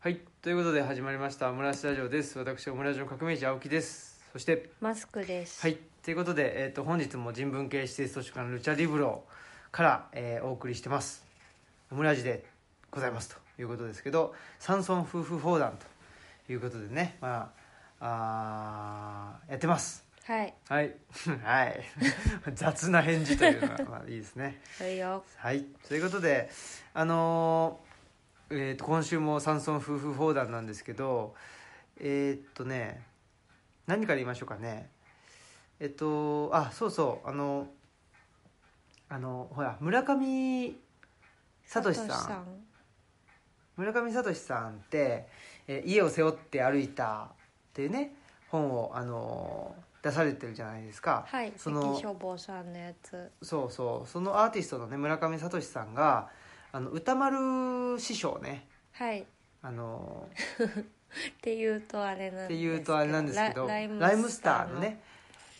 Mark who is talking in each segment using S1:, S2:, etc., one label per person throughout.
S1: はいということで始まりましたオムラジラジオです私オムラジの革命児青木ですそして
S2: マスクです。
S1: はいということで、えー、と本日も人文系施設図書館ルチャリブロから、えーお送りしてますオムラジでございますということですけど山村夫婦砲弾ということでねまああーやってます
S2: はい。
S1: はい はい雑な返事というのは、まあ、いいですね
S2: はいよ。
S1: はい、ということで、あのーえー、と今週も山村夫婦砲弾なんですけどえーっとね何から言いましょうかねえっとあそうそうあのあのほら村上聡さん
S2: さ
S1: さん
S2: ん。
S1: 村上聡さんって、えー家を背負って歩いた」っていうね本を、あのー出されてるじゃないですか。
S2: はい。
S1: そ
S2: 関
S1: の
S2: 消防さんのやつ。
S1: そうそうそのアーティストのね村上聡さんがあの歌丸師匠ね
S2: はい。っ
S1: あの
S2: ていうとあれなんです
S1: っていうとあれなんですけどラ
S2: ラ
S1: イ
S2: イ
S1: ム
S2: ム
S1: スターのね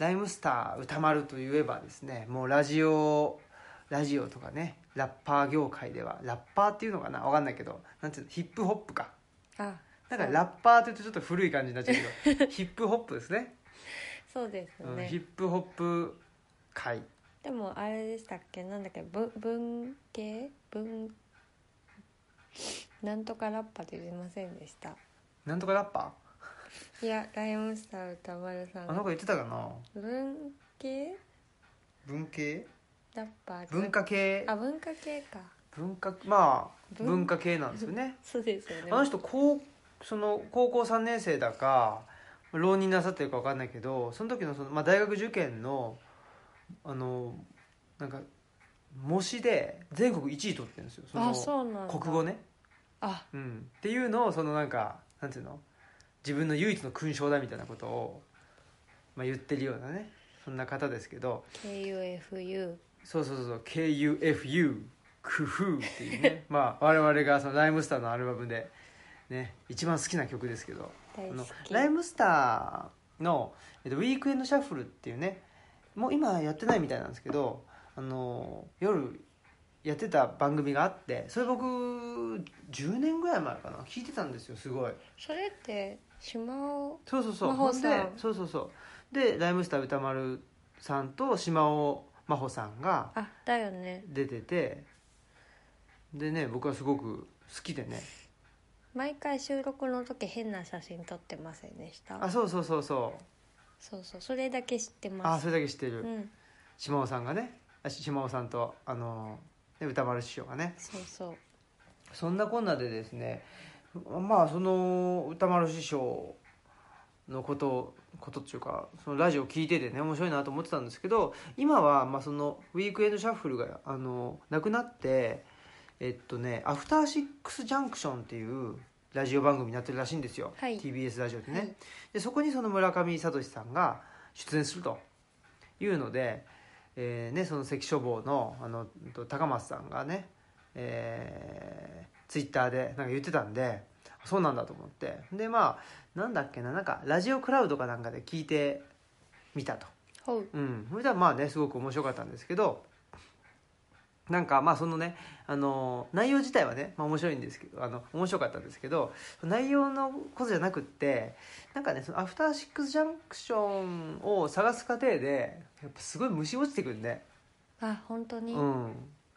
S1: ライムスター歌丸といえばですねもうラジオラジオとかねラッパー業界ではラッパーっていうのかなわかんないけどなんていうのヒップホップか
S2: スターの。あ、
S1: なんか
S2: そう
S1: ラッパーって言うとちょっと古い感じになっちゃうけどヒップホップですね
S2: そうです
S1: うんヒ
S2: ね。
S1: ップホップ界
S2: でもあれでしたっけなんだっけ文文系文なんとかラッパ出てませんでした。
S1: なんとかラッパ
S2: いやライムスター歌丸さ
S1: ー
S2: ん
S1: あの
S2: が
S1: 子言ってたかな
S2: 文系
S1: 文系
S2: ラッパー
S1: 文化系
S2: あ文化系か。
S1: 文化まあ
S2: 文
S1: 文化系なんですよね
S2: そうですよね。
S1: あの人高その高校3年生だか浪人なさってるか分かんないけどその時のその、まあ、大学受験のあのなんか模試で全国1位取ってるんですよそ
S2: あ
S1: の
S2: そうなんだ。
S1: 国語。ね、
S2: あ
S1: うん、っていうのをそのなんかなんていうの自分の唯一の勲章だみたいなことを、まあ、言ってるようなねそんな方ですけど
S2: KUFU。
S1: そうそうそうそう KUFU 工夫っていう ねまあ我々がそのライムスターのアルバムでね一番好きな曲ですけどあ
S2: 大好
S1: の
S2: き
S1: ライムスターの、えっと、ウィークエンドシャッフルっていうねもう今やってないみたいなんですけどあの夜やってた番組があってそれ僕10年ぐらい前かな聞いてたんですよすごい
S2: それって島尾
S1: そうそうそう
S2: 真帆さん
S1: ほでそうそうそうでライムスター歌丸さんと島尾真帆さんが
S2: あだよね
S1: 出ててでね僕はすごく好きでね
S2: 毎回収録の時変な写真撮ってませんでした
S1: あそうそうそうそう
S2: そうそうそれだけ知って
S1: あ
S2: ます
S1: それだけ知ってる、
S2: うん
S1: 島尾さんがねあし島尾さんとあの、ね、歌丸師匠がね
S2: そうそう
S1: そんなこんなでですねまあその歌丸師匠のことことっていうかそのラジオ聞いててね面白いなと思ってたんですけど今はまあそのウィークエンドシャッフルがあのなくなってえっとね「アフターシックス・ジャンクション」っていうラジオ番組になってるらしいんですよ、
S2: はい
S1: TBS ラジオでね、
S2: はい
S1: でそこにその村上聡さんが出演するというので、えーね、その関書房のあのうんと高松さんがね、えツイッター Twitter でなんか言ってたんでそうなんだと思ってでまあなんだっけななんかラジオクラウドかなんかで聞いてみたと
S2: ほう
S1: うん、それではまあねすごく面白かったんですけどなんかまあそのねあの内容自体はね、まあ、面白いんですけどあの面白かったんですけど内容のことじゃなくってなんかねそのアフターシックスジャンクションを探す過程でやっぱすごい虫落ちてくるんで、
S2: あ本当に、
S1: うん、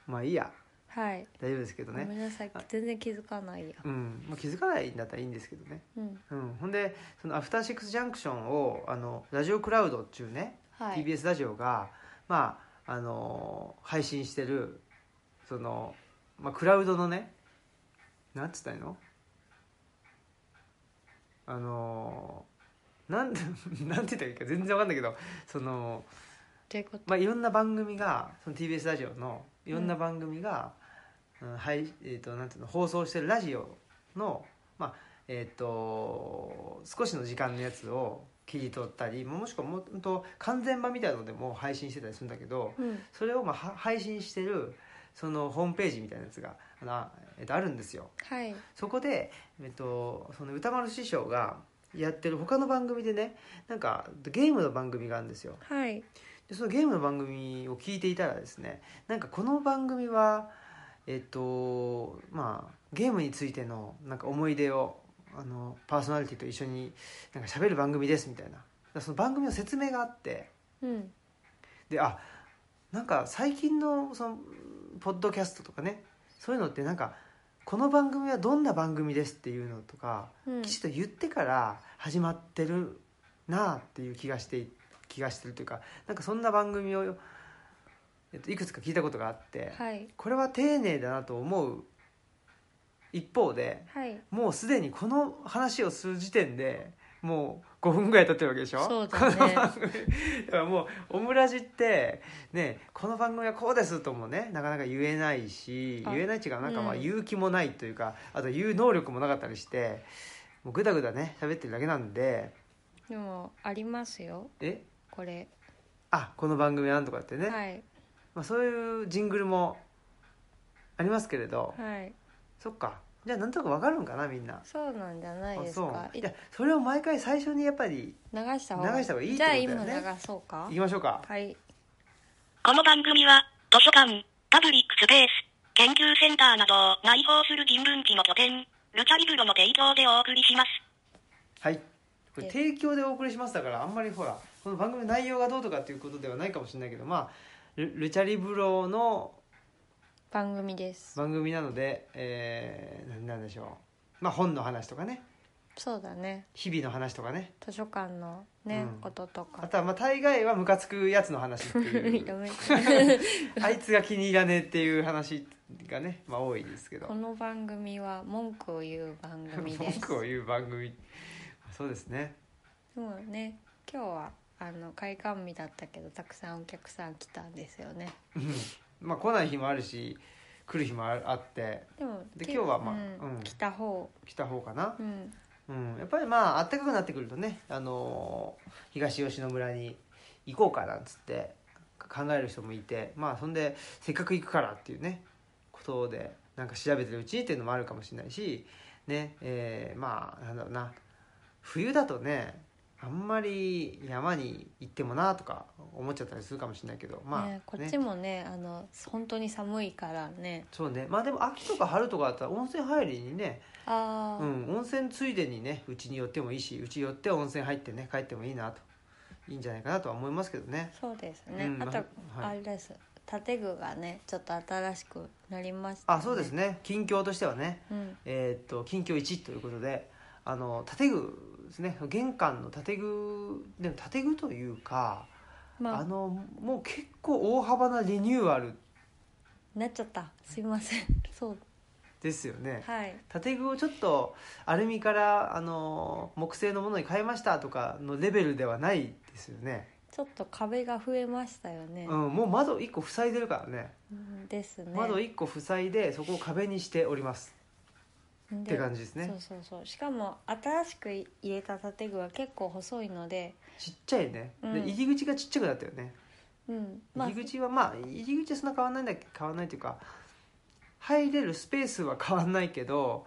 S1: まあいいや
S2: はい
S1: 大丈夫ですけど
S2: ご
S1: ね、
S2: めんなさい
S1: あ
S2: 全然気づかないや
S1: うんまあ、気づかないんだったらいいんですけどね、
S2: うん
S1: うん、ほんでそのアフターシックスジャンクションをあのラジオクラウドっていうね
S2: はい
S1: TBS ラジオが、まああのー配信してるその、まあ、クラウドのねなんつったらいいのあのーなん てなんて言ったらいいか全然わかんないけどその、
S2: ということ
S1: まあ、いろんな番組がその TBS ラジオのいろんな番組が、うんはいえー、となんていうの放送してるラジオの、まあえー、と少しの時間のやつを切り取ったりもしくはもっと完全版みたいなのでも配信してたりするんだけど
S2: うん
S1: それをまあは配信してるそのホームページみたいなやつがあの、えーとあるんですよ。
S2: はい
S1: そこで、えっと、その歌丸師匠がやってる他の番組でねなんかゲームの番組があるんですよ。
S2: はい
S1: でそのゲームの番組を聞いていたらですねなんかこの番組は、えっとまあゲームについてのなんか思い出をあのパーソナリティと一緒になんか喋る番組ですみたいなだからその番組の説明があって
S2: うん
S1: であなんか最近のそのポッドキャストとかねそういうのってなんかこの番組はどんな番組ですっていうのとか
S2: うん
S1: きちっと言ってから始まってるなあっていう気がして気がしてるというかなんかそんな番組を、えっと、いくつか聞いたことがあって、
S2: はい
S1: これは丁寧だなと思う一方で
S2: はい
S1: もうすでにこの話をする時点でもう5分ぐらい経ってるわけでしょ
S2: そうだね
S1: この 番組だからもうオムラジってねこの番組はこうですともねなかなか言えないし
S2: あ
S1: 言えないっていうかなんかまあ
S2: うん
S1: 言う気もないというか、あと言う能力もなかったりしてもうグダグダね喋ってるだけなんで
S2: でもありますよ
S1: え
S2: これ
S1: あこの番組なんとかってね、
S2: はい
S1: まあ、そういうジングルもありますけれど、
S2: はい
S1: そっかじゃあなんとかわかるんかなみんな。
S2: そうなんじゃないです
S1: あ
S2: か
S1: そう
S2: い
S1: いやそれを毎回最初にやっぱり
S2: 流した方が
S1: 流した方がいいって
S2: じ
S1: こ
S2: ゃ
S1: と
S2: あ
S1: だよね
S2: 今流そうか
S1: 行きましょうか
S2: はい
S3: この番組は、図書館、パブリックスペース、研究センターなどを内包する人文地の拠点、ルチャリブロの提供でお送りします。
S1: はいこれ
S2: で
S1: 提供でお送りしますだからあんまりほらこの番組の内容がどうとかっていうことではないかもしれないけどまあルルチャリブロの
S2: 番組です
S1: 番組なので、えー、何なんでしょうまあ本の話とかね
S2: そうだね
S1: 日々の話とかね
S2: 図書館のね、
S1: うん
S2: ことと
S1: あ
S2: か
S1: とはまあ大概はムカつくやつの話って い
S2: や
S1: う
S2: めて
S1: あいつが気に入らねえっていう話がねまあ多いですけど
S2: この番組は文句を言う番組です
S1: 文句を言う番組そうですね
S2: でもね今日はあの開館日だったけどたくさんお客さん来たんですよね
S1: うんまあ来ない日もあるし来る日もああって
S2: でも
S1: で
S2: て
S1: 今日はまあ
S2: うん
S1: うん
S2: 来た方
S1: 来た方かな
S2: うん
S1: うん、やっぱりまあ暖かくなってくるとね、あのー東吉野村に行こうかなんつって考える人もいて、まあ、そんでせっかく行くからっていうねことでなんか調べてるうちっていうのもあるかもしれないし、ねえーまあなんだろうな冬だとねあんまり山に行ってもなとか思っちゃったりするかもしれないけどまあ、
S2: ね、こっちもねあの本当に寒いからね
S1: そうねまあでも秋とか春とかだったら温泉入りにね
S2: ああ、
S1: うん、温泉ついでにねうちに寄ってもいいしうち寄って温泉入ってね帰ってもいいなといいんじゃないかなとは思いますけどね
S2: そうですね、
S1: うん
S2: あと、
S1: はい
S2: あれです建具がねちょっと新しくなりました、ね、
S1: あそうですね近況としてはね
S2: うん
S1: えーっと近況1ということであの建具ですね玄関の建具でも建具というか、
S2: ま
S1: あ
S2: あ
S1: のもう結構大幅なリニューアル
S2: なっちゃったすいません そう
S1: ですよね
S2: はい
S1: 建具をちょっとアルミからあの木製のものに変えましたとかのレベルではないですよね、
S2: ちょっと壁が増えましたよね、
S1: うん、もう窓1個塞いでるからね
S2: うんですね
S1: 窓1個塞いでそこを壁にしております
S2: で
S1: って感じですね
S2: そうそうそうしかも新しく入れた建具は結構細いので
S1: ちっちゃいね、
S2: うん
S1: で入り口がちっちゃくなったよね
S2: うんまあ
S1: 入り口はまあ入り口はそんな変わんないんだけ変わんないというか入れるスペースは変わんないけど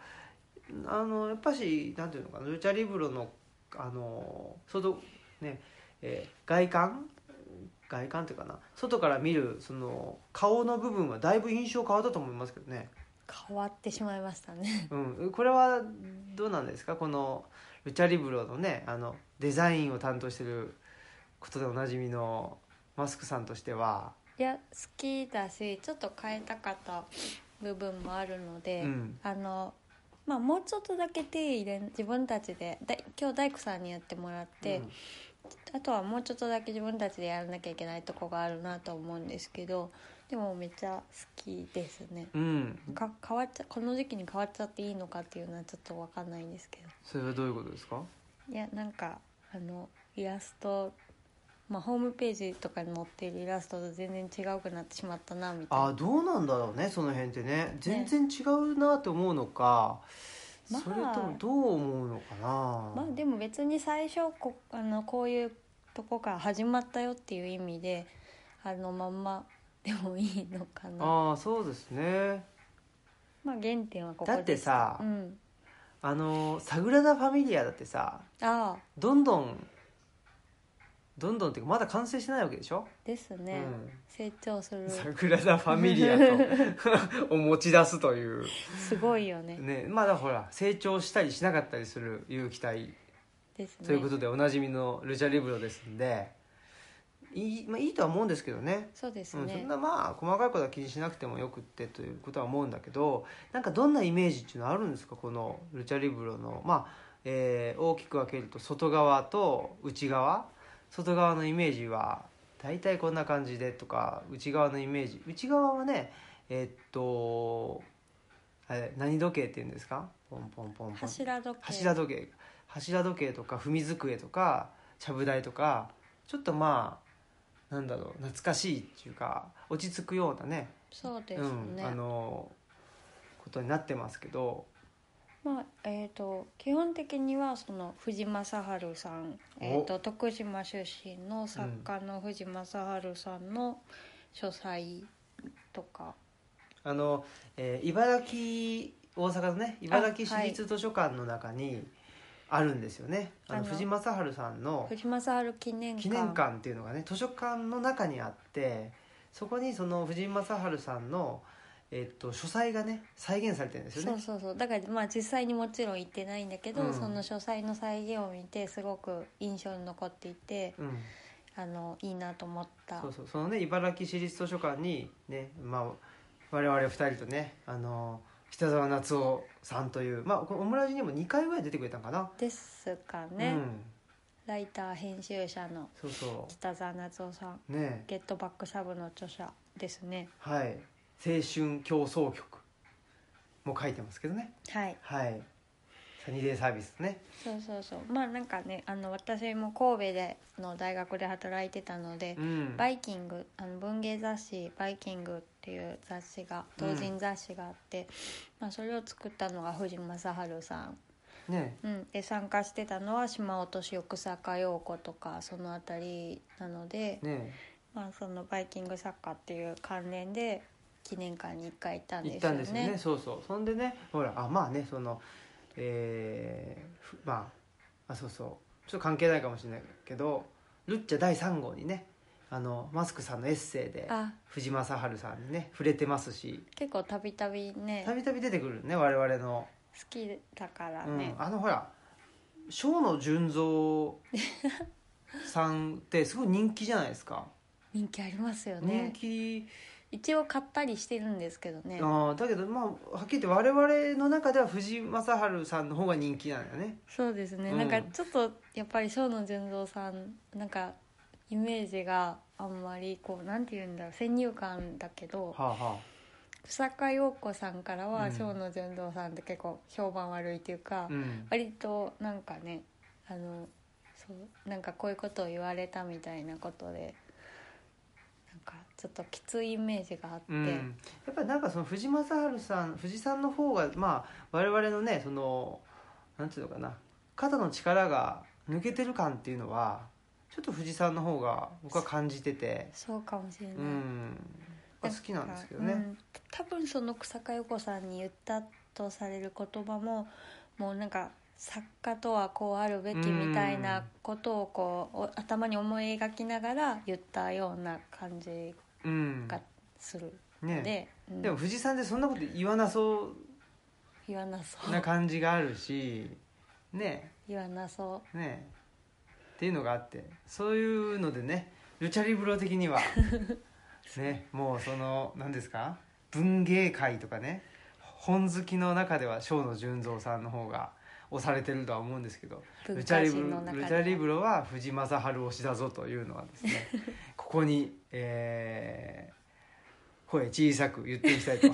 S1: あのやっぱしなんていうのかなルチャリブロのあの外ね、えー外観外観っていうかな外から見るその顔の部分はだいぶ印象変わったと思いますけどね
S2: 変わってしまいましたね
S1: うん、これはどうなんですかこのルチャリブロのねあのデザインを担当してることでおなじみのマスクさんとしてはい
S2: や好きだしちょっと変えたかった部分もあるので、
S1: うん
S2: あのまあもうちょっとだけ手入れ自分たちでだい今日大工さんにやってもらって、
S1: うん
S2: あとはもうちょっとだけ自分たちでやらなきゃいけないとこがあるなと思うんですけどでもめっちゃ好きですね
S1: うん、
S2: か変わっちゃこの時期に変わっちゃっていいのかっていうのはちょっと分かんないんですけど
S1: それはどういうことですか
S2: いやなんかあのイラスト、まあ、ホームページとかに載っているイラストと全然違うくなってしまったなみたい
S1: あ
S2: な
S1: ーどうなんだろうねその辺ってね全然違うなって思うのか、
S2: まあ
S1: それともどう思うのかな、
S2: まあでも別に最初こあのこういうとこから始まったよっていう意味であのまんまでもいいのかな
S1: あーそうですね
S2: まあ原点はここです
S1: だってさ
S2: うん、
S1: あのサグラダ・ファミリアだってさ
S2: ああ
S1: どんどんどんどんっていうかまだ完成してないわけでしょ、
S2: です
S1: う
S2: ね、
S1: ん
S2: 成長する
S1: 桜田ファミリアと を持ち出すという
S2: すごい よね
S1: ねまだほら成長したりしなかったりするいう期待
S2: ですね
S1: ということでおなじみのルチャリブロですんでいい,、まあ、いいとは思うんですけどね
S2: そうです
S1: うん、そ
S2: ね
S1: ん、なまあ細かいことは気にしなくてもよくってということは思うんだけどなんかどんなイメージっていうのあるんですかこのルチャリブロの、まあえー大きく分けると外側と内側外側のイメージは大体こんな感じでとか内側のイメージ内側はねえーっとあれ何時計っていうんですかポンポンポンポン
S2: 柱時計
S1: 柱時計柱時計とか踏み机とかちゃぶ台とかちょっとまあなんだろう懐かしいっていうか落ち着くようなね
S2: そうです
S1: うん、
S2: ね、
S1: あのことになってますけど
S2: まあえー、と基本的にはその藤正治さん、
S1: お
S2: えー、と徳島出身の作家の藤正治さんの書斎とか、
S1: あの、えー茨城大阪のね茨城市立図書館の中にあるんですよねあの
S2: あの
S1: 藤正治さんの
S2: 藤正治記念館
S1: 記念館っていうのがね図書館の中にあってそこにその藤井正治さんの、えっと書斎がね再現されてるんですよね
S2: そうそうそうだからまあ実際にもちろん行ってないんだけど、
S1: うん
S2: その書斎の再現を見てすごく印象に残っていて
S1: うん、
S2: あのいいなと思った
S1: そうそうそのね茨城市立図書館にね、まあ、我々2人とねあの北澤夏夫さんという、まあ、このオムラジにも2回ぐらい出てくれたんかな、
S2: ですかね、
S1: うん、
S2: ライター編集者の
S1: そうそ
S2: 北澤夏夫さん
S1: うね
S2: 「ゲットバックサブ」の著者ですね
S1: はい「青春競争曲」も書いてますけどね
S2: はい
S1: はいサニーデイサービスね
S2: そうそうそうまあなんかねあの私も神戸での大学で働いてたので
S1: う、ん
S2: バイキングあの文芸雑誌「バイキング」っていう雑誌が同人雑誌があって、まあ、それを作ったのが藤正治さん、
S1: ね
S2: うん、で参加してたのは島落とし奥坂陽子とかその辺りなので、
S1: ね
S2: まあ、そのバイキング作家っていう関連で記念館に1回行ったん
S1: 行
S2: で
S1: っ
S2: すよ
S1: た
S2: ね
S1: んですよねそうそうそんでねほらあまあねそのえーふまああそうそうちょっと関係ないかもしれないけどルッチャ第3号にねあのマスクさんのエッセイで
S2: あ
S1: 藤正治さんにね触れてますし
S2: 結構たびたびね
S1: たびたび出てくるね我々の、
S2: 好きだから
S1: うん
S2: ね、
S1: あのほら生野純三さんってすごい人気じゃないです か、
S2: 人気ありますよ
S1: 人
S2: ね
S1: 気
S2: 一応買ったりしてるんですけどね
S1: あーだけどまあはっきり言って我々の中では藤正治さんの方が人気なんだよね
S2: そうですね、
S1: うん
S2: なんかちょっとやっぱり生野純三さんなんかイメージがあんまりこうなんて言うんだろう先入観だけど
S1: はあは
S2: 草加陽子さんから
S1: う
S2: は
S1: ん
S2: 生野純三さんって結構評判悪いというか、
S1: あ、うん、
S2: 割となんかねあのそうなんかこういうことを言われたみたいなことでなんかちょっときついイメージがあって、
S1: うん、やっぱりなんかその藤正治さん藤さんの方がまあ我々のねそのなんていうのかな肩の力が抜けてる感っていうのはちょっと藤さんの方が僕は感じてて
S2: そうかもしれない。
S1: うん
S2: な
S1: 好
S2: んか
S1: きなんですけどね、
S2: うん多分その草加代子さんに言ったとされる言葉ももうなんか作家とはこうあるべきみたいなことをこうお頭に思い描きながら言ったような感じ
S1: うん
S2: がするの
S1: ね、
S2: で、うん
S1: でも藤さんでそんなこと言わなそ
S2: 言わなそうう
S1: な感じがあるしね
S2: 言わなそ
S1: ねっていうのがあってそういうのでねルチャリブロ的に はねもうその何ですか文芸界とかね本好きの中では生野純三さんの方が押されてるとは思うんですけど
S2: う
S1: ル
S2: 文
S1: チャ
S2: 化
S1: リブ
S2: 人の
S1: ロル
S2: 中
S1: チャ
S2: で
S1: リブロは藤正治推しだぞというのはですね ここに、えー声小さく言っていきた いと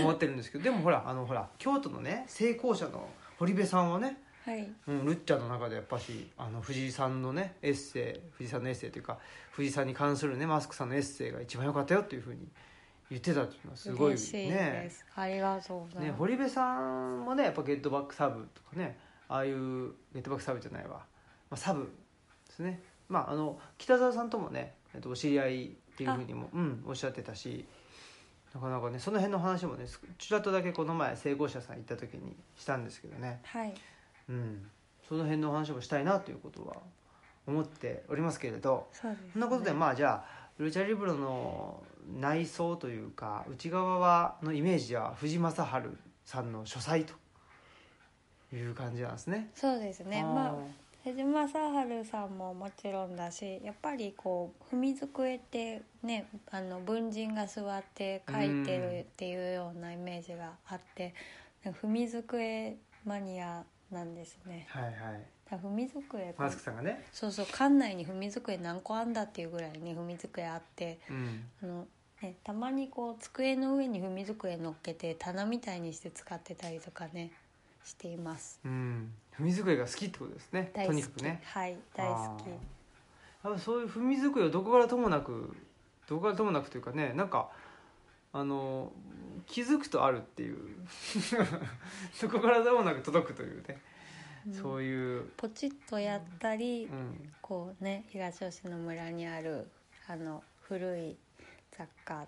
S1: 思ってるんですけどでもほらあのほら京都のね成功者の堀部さんはね
S2: はい
S1: うん、ルッチャの中でやっぱしあの藤井さんのねエッセイ藤井さんのエッセイというか藤井さんに関するねマスクさんのエッセイが一番良かったよっていうふうに言ってたっていうのはすごい
S2: 嬉しいで
S1: ね
S2: す、ありがとうござい
S1: ね
S2: ます、
S1: 堀部さんもねやっぱ「ゲットバックサブ」とかねああいう「ゲットバックサブ」じゃないわ、まあ、サブですねまああの北澤さんともね、えっと、お知り合いっていうふうにも、うん、おっしゃってたしなかなかねその辺の話もねすちらっとだけこの前成功者さん行った時にしたんですけどね
S2: はい
S1: うん、その辺の話もしたいなということは思っておりますけれど
S2: そうです、ね、
S1: そんなことでまあじゃあルチャリブロの内装というか内側はのイメージは藤正治さんの書斎という感じなんですね。
S2: そうですね
S1: ー
S2: まあ藤間サ治さんももちろんだしやっぱりこう踏み机ってねあの文人が座って書いてるっていうようなイメージがあって踏み机マニアなんですね
S1: はいはい。
S2: だから踏み机
S1: マスクさんがね。
S2: そうそう館内に踏み机何個あんだっていうぐらいに踏み机あって
S1: うん。
S2: あの、ね、たまにこう机の上に踏み机乗っけて棚みたいにして使ってたりとかねしています
S1: うん。踏み机が好きってことですね。
S2: 大
S1: と
S2: 好
S1: に
S2: き
S1: かくね。
S2: はい大好き
S1: あー。やっぱそういう踏み机をどこからともなく、どこからともなくというかね、なんか。あの、気づくとあるっていう。 どこからともなく届くというね。
S2: うん
S1: そういう。
S2: ポチッとやったり、
S1: うん。
S2: こうね東吉野村にあるあの古い雑貨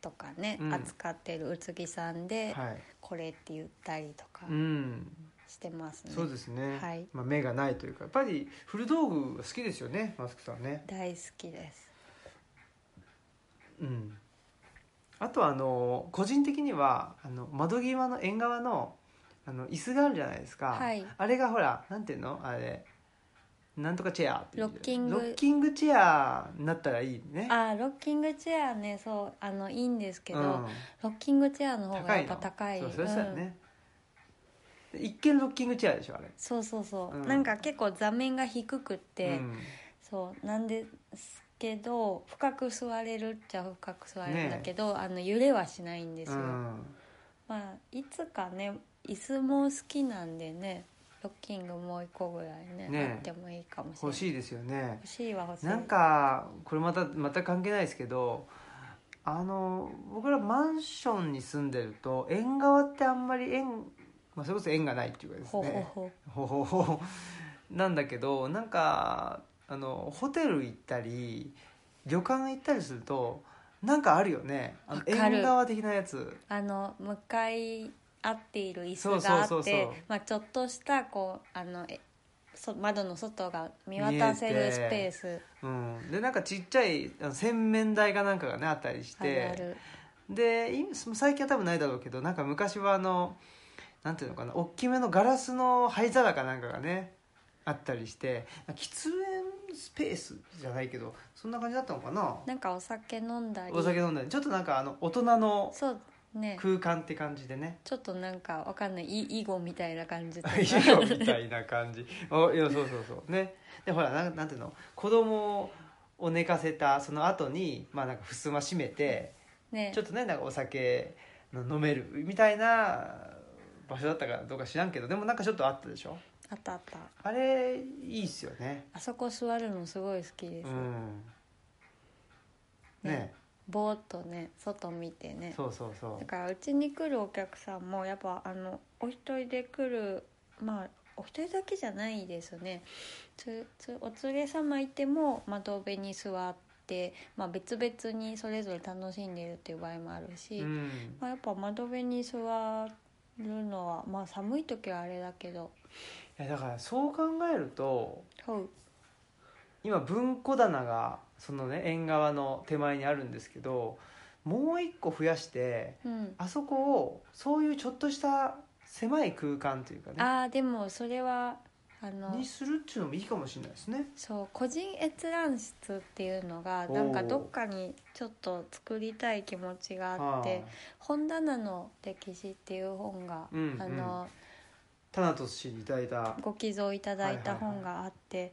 S2: とかね、
S1: うん
S2: 扱ってる宇津木さんで、
S1: はい。
S2: これって言ったりとか
S1: うん。
S2: してますね、
S1: そうですね。
S2: はい
S1: まあ、目がないというか、やっぱり古道具が好きですよね。マスクさんね。
S2: 大好きです
S1: うん、あとはあの個人的にはあの窓際の縁側のあの椅子があるじゃないですか、
S2: はい
S1: あれがほらなんていうのあれなんとかチェアっていう
S2: ロッキング
S1: ロッキングチェアになったらいいね
S2: あーロッキングチェアねそうあのいいんですけど、
S1: うん
S2: ロッキングチェアの方が
S1: 高
S2: や
S1: い
S2: っ
S1: の
S2: ぱ高い
S1: そうそうしたら
S2: うん
S1: ね、一見ロッキングチェアでしょあれ
S2: そうそうそう、
S1: うん
S2: なんか結構座面が低くって、
S1: うん
S2: そうなんですけど深く座れるっちゃ深く座れるんだけど、あの揺れはしないんですよ、
S1: うん
S2: まあいつかね椅子も好きなんでねロッキングもう一個ぐらい
S1: ね
S2: ね
S1: え
S2: あってもいいかもし
S1: 欲
S2: れない欲しい
S1: しいですよね
S2: は欲しい
S1: なんかこれまたまた関係ないですけどあの僕らマンションに住んでると縁側ってあんまり縁、まあ、それこそ縁がないっていうかです
S2: ほうほう
S1: ね
S2: ほ
S1: ほほほなんだけどなんかあのホテル行ったり旅館行ったりするとなんかあるよねあの
S2: わかる
S1: 縁側的なやつ
S2: あの向かい合っている椅
S1: そう
S2: 子
S1: そう
S2: があって
S1: そうそう
S2: まあ、ちょっとしたこうあのえそ窓の外が見渡せるスペース
S1: うん、でなんかちっちゃいあの洗面台かなんかがねあったりし
S2: ある
S1: て
S2: ある
S1: で今その最近は多分ないだろうけどなんか昔はあのなんていうのかな大きめのガラスの灰皿かなんかがねあったりして喫煙スペースじゃないけどそんな感じだったのかな
S2: なんかお酒飲んだり
S1: お酒飲んだりちょっとなんかあの大人の
S2: そうね
S1: 空間って感じで ね
S2: ちょっとなんかわかんないい囲碁みたいな感じで
S1: いいよみたいな感じおいやそうそうそうねでほらなんなんていうの子供を寝かせたその後にまあなんか襖閉めて
S2: ね
S1: ちょっとねなんかお酒の飲めるみたいな場所だったかどうか知らんけどでもなんかちょっとあったでしょ
S2: あったあった
S1: あれいいっすよね
S2: あそこ座るのすごい好きです、
S1: うん
S2: ね
S1: ね
S2: ぼーっとね外見てね
S1: そうそうそ
S2: だからうちに来るお客さんもやっぱあのお一人で来るまあお一人だけじゃないですねつつお連れ様いても窓辺に座って、まあ、別々にそれぞれ楽しんでいるっていう場合もある
S1: う
S2: し、
S1: うん
S2: まあ、やっぱ窓辺に座るのはまあ寒い時はあれだけど
S1: いやだからそう考えると
S2: そう
S1: 今文庫棚がそのね縁側の手前にあるんですけどもう一個増やして
S2: うん
S1: あそこをそういうちょっとした狭い空間というかね
S2: ああでもそれはあの
S1: にするっちゅうのもいいかもしれないですね
S2: そう個人閲覧室っていうのが
S1: おー
S2: なんかどっかにちょっと作りたい気持ちがあっ
S1: は
S2: て
S1: い
S2: 「本棚の歴史」っていう本が、
S1: うん
S2: あの
S1: タナトス氏にいただいた
S2: ご寄贈いただいた本があって、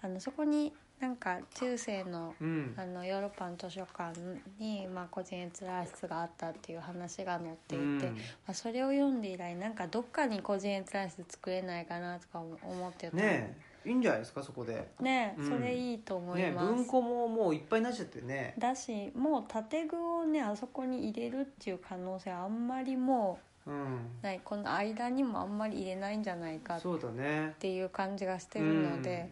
S2: あのそこになんか中世の
S1: うん
S2: あのヨーロッパの図書館に、まあ、個人閲覧室があったっていう話が載っていて、
S1: うん
S2: まあ、それを読んで以来なんかどっかに個人閲覧室作れないかなとか思ってた
S1: ねえいいんじゃないですかそこで
S2: ねえ
S1: うん
S2: それいいと思い
S1: ね
S2: ます。
S1: 文庫ももういっぱいになっちゃってね
S2: だしもう建具をねあそこに入れるっていう可能性あんまりも
S1: うん
S2: うないこの間にもあんまり入れないんじゃないかっ
S1: そうだね
S2: ていう感じがしてるの
S1: うん
S2: で、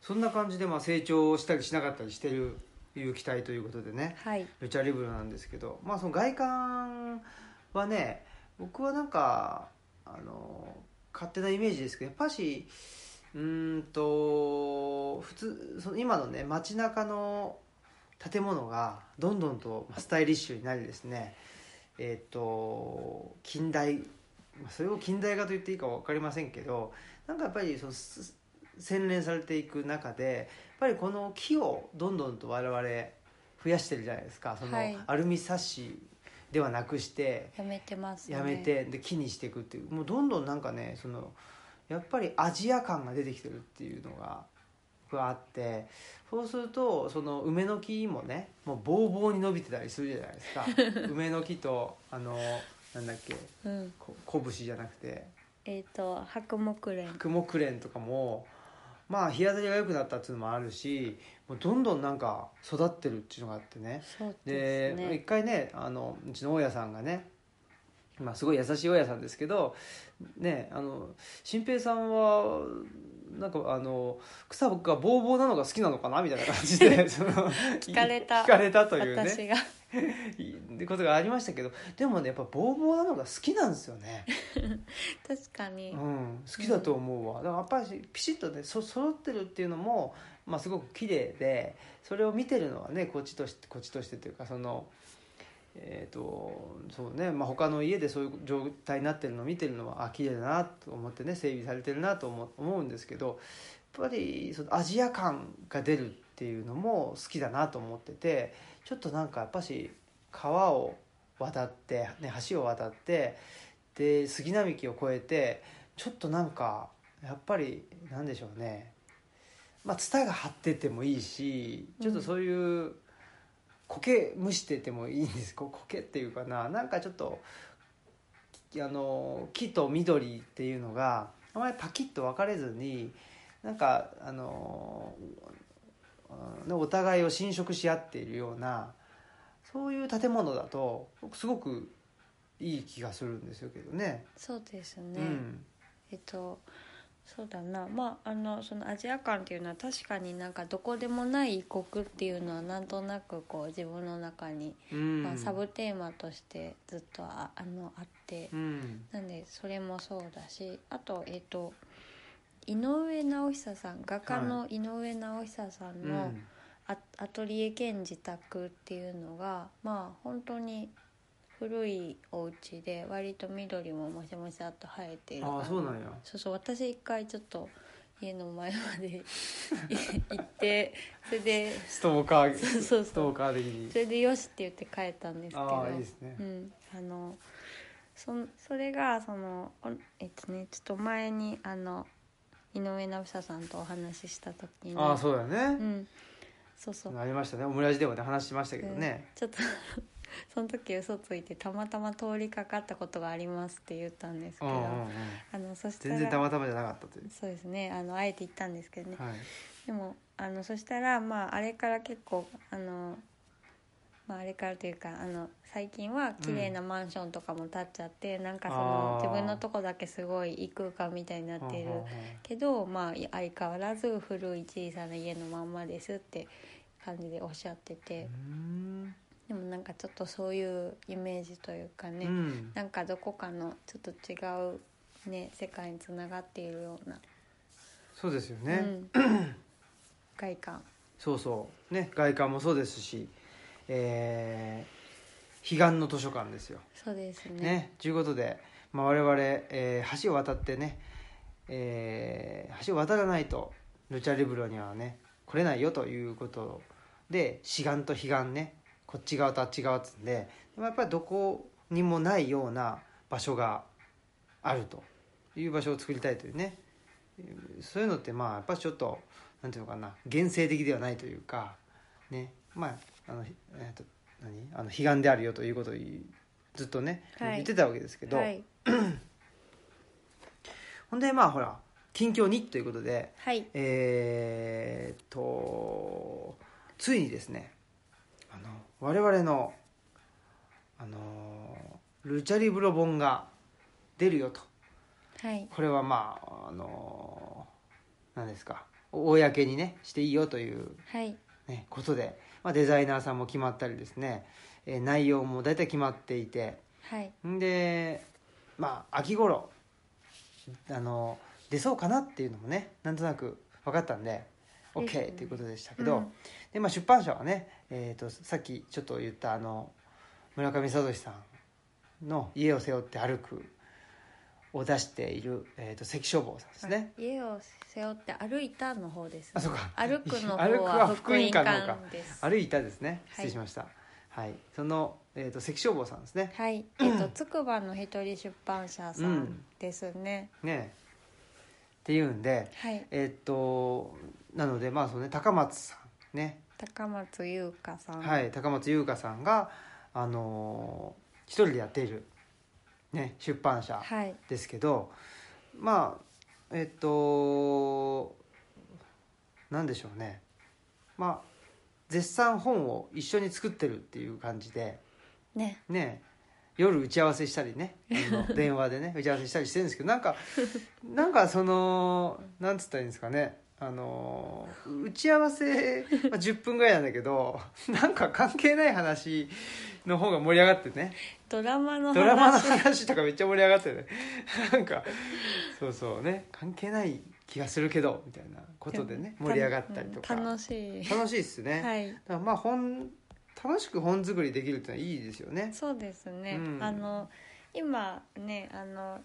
S1: そんな感じでまあ成長したりしなかったりしてるいう期待ということでね
S2: はい
S1: ルチャリブロなんですけど、まあ、その外観はね僕はなんかあの勝手なイメージですけどやっぱしうーんと普通その今のね街中の建物がどんどんとまあスタイリッシュになりですねえっ、と近代まあそれを近代化と言っていいか分かりませんけどなんかやっぱりそのす洗練されていく中でやっぱりこの木をどんどんと我々増やしてるじゃないですかその
S2: はい
S1: アルミサッシではなくして、
S2: やめてますね
S1: やめてで木にしていくっていうもうどんどんなんかねそのやっぱりアジア感が出てきてるっていうのが僕はあってそうするとその梅の木もねもうぼうぼうに伸びてたりするじゃないですか梅の木とあのなんだっけ
S2: うん
S1: こ拳じゃなくて
S2: えっ、と白木蓮
S1: 雲クレンとかもまあ日当たりが良くなったっていうのもあるしもうどんどんなんか育ってるっていうのがあってね
S2: そう
S1: で
S2: です
S1: 一
S2: ね
S1: 回ねあのうちの大家さんがね、まあ、すごい優しい大家さんですけどねあの新平さんはなんかあの草がボーボーなのが好きなのかなみたいな感じ でその聞
S2: かれた
S1: 聞かれたという
S2: 私
S1: ね
S2: が
S1: いことがありましたけどでもねやっぱボーボーなのが好きなんですよね、
S2: 確かに
S1: うん、好きだと思うわだからやっぱりピシッとねそ揃ってるっていうのも、まあ、すごく綺麗でそれを見てるのはねこっちとしてこっちとしてというかそのえー、とそうね、まあ、他の家でそういう状態になってるのを見てるのはあ綺麗だなと思ってね整備されてるなと思思うんですけどやっぱりそのアジア感が出るっていうのも好きだなと思っててちょっとなんかやっぱし川を渡って、ね、橋を渡ってで杉並木を越えてちょっとなんかやっぱりなんでしょうねまあツタが張っててもいいしちょっとそういう。苔蒸しててもいいんですこう苔っていうかななんかちょっときあの木と緑っていうのがあまりパキッと分かれずになんかあのうんねお互いを侵食し合っているようなそういう建物だとすごくいい気がするんですよけどね。
S2: そうですね、
S1: うん
S2: えっとそうだなまああのそのアジア感っていうのは確かになんかどこでもない異国っていうのはなんとなくこう自分の中に、
S1: うん
S2: まあ、サブテーマとしてずっとああのあって、
S1: うん
S2: なんでそれもそうだしあとえっと井上直久さん画家の井上直久さんの、
S1: うん
S2: アアトリエ兼自宅っていうのがまあ本当に古いお家で割と緑ももしゃもしゃっと生えてる
S1: ああそうなんや。
S2: そうそう私一回ちょっと家の前まで い行ってそれで
S1: ストーカー
S2: そうそう
S1: ストーカー的
S2: そ
S1: に。
S2: れでよしって言って帰ったんですけ
S1: あ
S2: ど
S1: あいいですね
S2: う。ん、あのそそれがそのおえっとねちょっと前にあの井上直久さんとお話しした時に
S1: ああそうだよね。
S2: うん、そうそう
S1: ありましたねオムラジでもね話しましたけどね、
S2: うんちょっと その時嘘ついてたまたま通りかかったことがありますって言ったんですけ
S1: うん
S2: ど、
S1: うんうん、
S2: あのそしたら
S1: 全然たまたまじゃなかったという、
S2: そうですねあのあえて言ったんですけどね、
S1: はい、
S2: でもあのそしたらまああれから結構あの、まあ、あれからというかあの最近は綺麗なマンションとかも建っちゃって、なんかその
S1: あー
S2: 自分のとこだけすごい異空間みたいになっている
S1: はあは
S2: けど、まあ、い相変わらず古い小さな家のまんまですって感じでおっしゃって
S1: あ
S2: て
S1: う、ん
S2: でもなんかちょっとそういうイメージというかね、
S1: うん
S2: なんかどこかのちょっと違う、ね、世界につながっているような、
S1: そうですよね、
S2: うん、外観
S1: そうそうね外観もそうですしえー、彼岸の図書館ですよ
S2: そうですね
S1: ねということで、まあ、我々、えー橋を渡ってね、えー橋を渡らないとルチャリブロにはね来れないよということで志願と彼岸ねこっち側とあっち側っつうんででもやっぱりどこにもないような場所があるという場所を作りたいというねそういうのってまあやっぱりちょっとなんていうのかな原生的ではないというかねまああの、えっと何あの彼岸であるよということを言いずっとね、
S2: はい
S1: 言ってたわけですけど、
S2: はい、
S1: ほんでまあほら近況にということで
S2: はい、
S1: えーっとついにですねあの我々のあのルチャリブロ本が出るよと
S2: はい、
S1: これはまああの何ですか公にねしていいよという
S2: はい、
S1: ね、ことで、まあ、デザイナーさんも決まったりですね、えー内容も大体決まっていて
S2: はい、
S1: んでまあ秋頃あの出そうかなっていうのもねなんとなく分かったんで
S2: です
S1: OK
S2: ね
S1: ということでしたけど、
S2: うん
S1: でまあ、出版社はね、えー、とさっきちょっと言ったあの村上聡さんの「家を背負って歩く」を出している、えー、と関消防さんですね。
S2: 家を背負って歩いたの方です、
S1: あそうか
S2: 歩く の
S1: 歩
S2: 方
S1: く
S2: は福音館です
S1: 歩いたですね
S2: は
S1: 失
S2: い
S1: 礼しましたはい、その、えー、と関消防さんですね
S2: はい、えっと、つくばの一人出版社さ
S1: うんん
S2: ですね。
S1: ねっていうんで
S2: はい、
S1: えっとなのでまあそのね高松さんね、
S2: 高松優香さん。
S1: はい高松優香さんがあのー一人でやっているね出版社
S2: はい、
S1: ですけど、まあえっとなんでしょうねまあ絶賛本を一緒に作ってるっていう感じで
S2: ね、
S1: ね夜打ち合わせしたりねあ の電話でね打ち合わせしたりしてるんですけどなんかなんかそのなんつったらいいんですかねあの打ち合わせ、まあ、10分ぐらいなんだけど なんか関係ない話の方が盛り上がってね
S2: ドラマの話。
S1: ドラマの話とかめっちゃ盛り上がってね なんかそうそうね関係ない気がするけどみたいなことでね
S2: た
S1: 盛り上がったりとか
S2: うん
S1: 楽
S2: 楽しい。
S1: しいっすね、
S2: はい、
S1: だからまあ本楽しく本作りできるってのはいいですよね
S2: そうですね。
S1: うん
S2: あの、今ね、あの。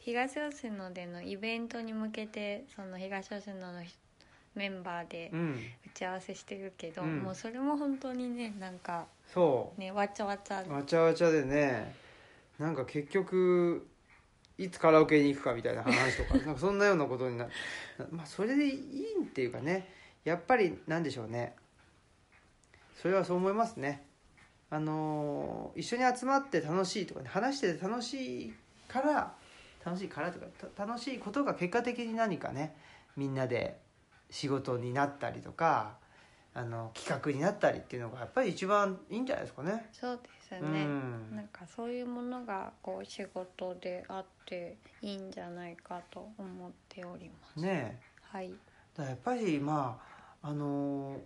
S2: 東吉野でのイベントに向けて、その東吉野のメンバーで
S1: うん
S2: 打ち合わせしてるけど、
S1: うん
S2: もうそれも本当にね、なんか
S1: そ
S2: ね、わちゃわちゃ
S1: うわちゃわちゃでねなんか結局いつカラオケに行くかみたいな話とかなんかそんなようなことにななまあそれでいいっていうかねやっぱりなんでしょうねそれはそう思いますねあのー一緒に集まって楽しいとかね話してて楽しいから楽しいからとかた楽しいことが結果的に何かねみんなで仕事になったりとかあの企画になったりっていうのがやっぱり一番いいんじゃないですかね。
S2: そうですね。
S1: うん
S2: なんかそういうものがこう仕事であっていいんじゃないかと思っております。
S1: ねえ
S2: はい。
S1: だからやっぱりまああのー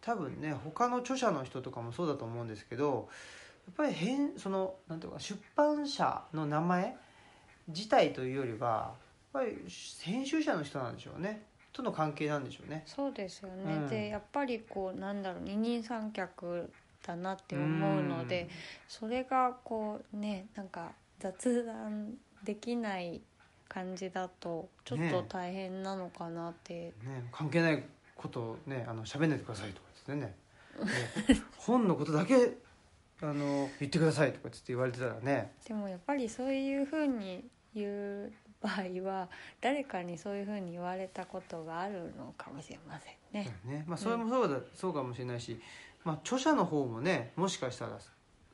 S1: 多分ね他の著者の人とかもそうだと思うんですけどやっぱり変そのなんていうか出版社の名前自体というよりはやっぱり編集者の人なんでしょうねとの関係なんでしょうね。
S2: そうですよね。
S1: うん
S2: でやっぱりこうなんだろう二人三脚だなって思うので、それがこうねなんか雑談できない感じだとちょっと
S1: ね
S2: 大変なのかなって。
S1: うん、ね関係ないことをねあの喋んないでくださいとか言ってねね本のことだけあの言ってくださいとかつって言われてたらね
S2: でもやっぱりそういうふうに言う場合は誰かにそういうふうに言われたことがあるのかもしれませんね。
S1: ねまあ、それもそうだ、そうかもしれないし、まあ、著者の方もねもしかしたら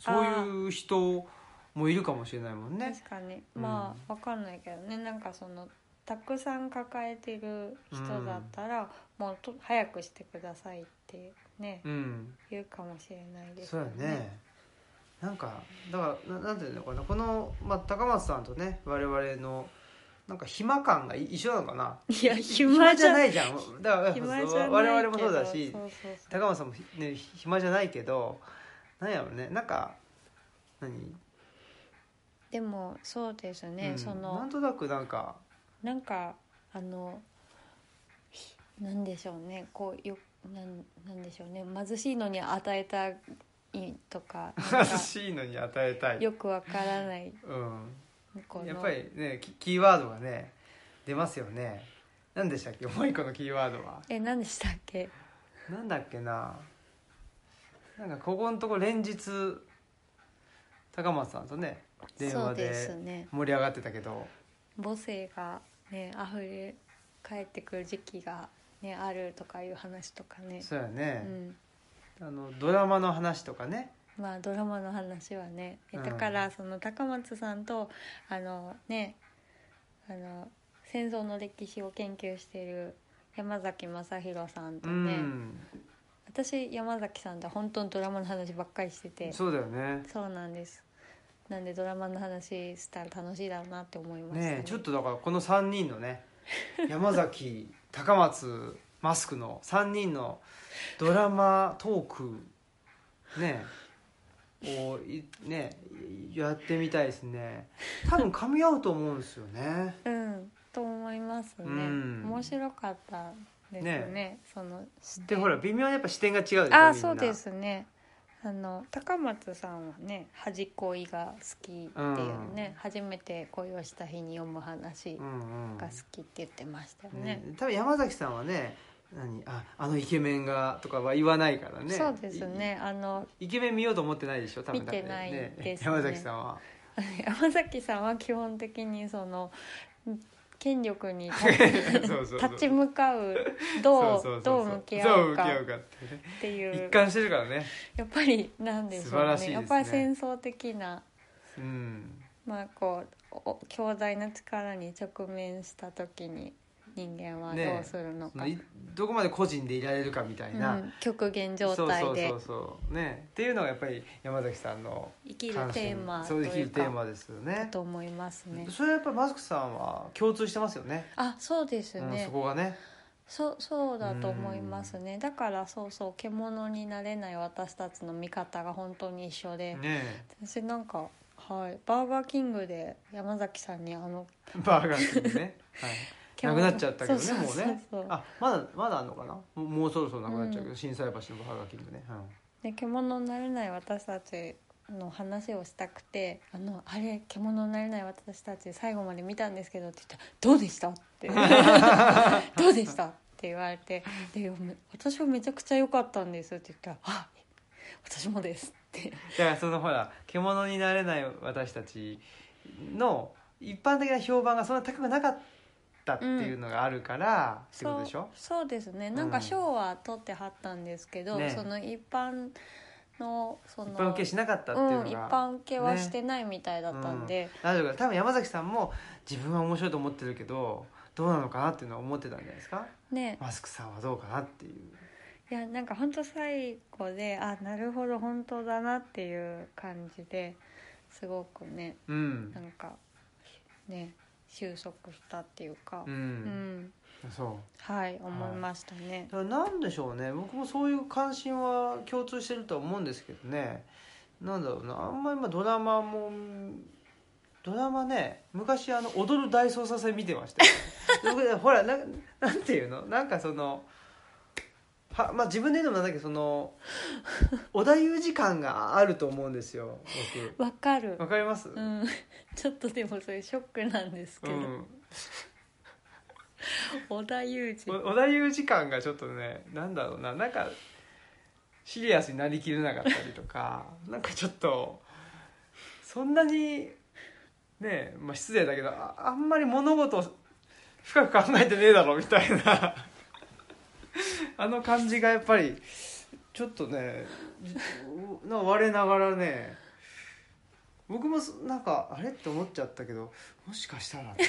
S1: そういう人もいるかもしれないもんね。
S2: 確かに
S1: うん
S2: まあ、わかんないけどねなんかそのたくさん抱えてる人だったら、もうと早くしてくださいってね
S1: うん、
S2: 言うかもしれないです
S1: そうやねなんかだからななんていうのかなこの、まあ、高松さんとね我々のなんか暇感がい一緒なのかない
S2: や暇じゃない
S1: いじゃんだから
S2: 暇じゃないけど
S1: 我々もそうだし
S2: そうそうそう
S1: 高松さんもひ、ね、ひ暇じゃないけどなんやろうねなんか何、
S2: でもそうですね、
S1: うん
S2: その
S1: なんとなくなんか
S2: なんかあのひなんでしょうねこうよなんなんでしょうね貧しいのに与えたいとか なん
S1: 貧
S2: か
S1: しいのに与えたい。
S2: よくわからない
S1: うん
S2: この
S1: やっぱりねキキーワードがね出ますよね何でしたっけもう一個のキーワードは
S2: え何でしたっけ
S1: なんだっけななんかここのとこ連日高松さんとね電
S2: そ
S1: 話
S2: うです
S1: で
S2: ね
S1: 盛り上がってたけど
S2: 母性がね溢れ返ってくる時期がねあるとかいう話とかね
S1: そう,、や
S2: う
S1: ね、
S2: ん
S1: あのドラマの話とかね
S2: まあドラマの話はねえ
S1: うん
S2: だからその高松さんとあのねあの戦争の歴史を研究している山崎正弘さんと
S1: う
S2: ね、
S1: ん
S2: 私山崎さんと本当にドラマの話ばっかりしててそう
S1: そうだよね
S2: なんですなんでドラマの話したら楽しいだろうなって思いました
S1: ねちょっとだからこの3人の ね山崎高松マスクの3人のドラマトークねをいねやってみたいですね多分噛み合うと思うんですよね
S2: うんと思思いますね、
S1: うん
S2: 面白かったですねその視
S1: で
S2: 点
S1: ほら微妙にやっぱ視点が違うでしょみん
S2: あ
S1: な
S2: あそうですねあの高松さんはね「恥恋が好き」っていうね、初めて恋をした日に読む話
S1: うんうん
S2: が好きって言ってましたよね
S1: ね、多分山崎さんはね何ああのイケメンがとかは言わないからね
S2: そうですねあの
S1: いイケメン見ようと思ってないでしょ多分だって
S2: 見てないですね
S1: 山崎さん は
S2: 山崎さんは基本的にその権力に
S1: そう
S2: 立
S1: そうそう
S2: 立ち向かうどうどう向き合うか
S1: どう向き合う
S2: っ
S1: かってね
S2: ていう
S1: 一貫してるからね
S2: やっぱりなんでしょう
S1: 素晴らしいですね
S2: やっぱり戦争的な
S1: うん
S2: まあこうお強大な力に直面した時に人間はどうするの
S1: そ
S2: か、
S1: のいどこまで個人でいられるかみたいうな、
S2: ん、極限状態で
S1: そうそうそうそうねっていうのがやっぱり山崎さんの
S2: 生きるテーマ
S1: 関心
S2: と
S1: そう生き
S2: い
S1: る
S2: う
S1: テー
S2: か
S1: マですよ
S2: だ
S1: ね
S2: と思いますね。
S1: それはやっぱマスクさんは共通してますよね
S2: あそうです
S1: うん、
S2: ね
S1: そ、こがね
S2: そうそうだと思いますねだからそうそう獣になれない私たちの見方が本当に一緒で、
S1: ね
S2: 私なんか、はい、バーガーキングで山崎さんにあの
S1: バーガーキング ね、はい、な
S2: 獣
S1: くなっちゃったけどね
S2: そうそうそうそう
S1: もうねあまだまだあんのかなもうもうそろそろなくなっちゃうけど、心斎橋のバーガーキングね、う
S2: で獣になれない私たちの話をしたくて「あのあれ獣になれない私たち最後まで見たんですけど」って言ったら「どうでした?」って 「どうでした?」って言われて「でめ私はめちゃくちゃ良かったんです」って言ったら「あ私もです」って
S1: ん、だからそのほら獣になれない私たちの一般的な評判がそんな高くなかったっていうのがあるから、ってことでしょ
S2: そうそうですね
S1: ん
S2: なんか賞は取ってはったんですけど、
S1: ね
S2: その一般のその
S1: 一般受けしなかったっていううの
S2: ん、
S1: が、
S2: 一般受けはしてないみたいだったんで、
S1: なるほど多分山崎さんも自分は面白いと思ってるけどどうなのかなっていうのは思ってたんじゃないですか
S2: ね
S1: マスクさんはどうかなっていう
S2: いやなんか本当最後であなるほど本当だなっていう感じですごくね
S1: うん
S2: なんかね収束したっていうか
S1: うん、
S2: うん、
S1: そう
S2: はい思いましたね
S1: だ、からなんでしょうね僕もそういう関心は共通してるとは思うんですけどねなんだろうなあんまりまあドラマもうんドラマね昔あの「踊る大捜査線」見てました よ僕ほらななんていうのなんかそのはまあ自分で言うのもなんだけどそ の織田裕二感があると思うんですよ
S2: わ、かる
S1: 僕わかります、
S2: うん ちょっとでもそれショックなんですけど、
S1: うん
S2: 織田裕二
S1: お織田裕二感がちょっとねなんだろうななんかシリアスになりきれなかったりとか なんかちょっとそんなにねまあ、失礼だけどああんまり物事を深く考えてねえだろみたいな あの感じがやっぱりちょっとねじな我ながらね僕もそなんかあれって思っちゃったけどもしかした らと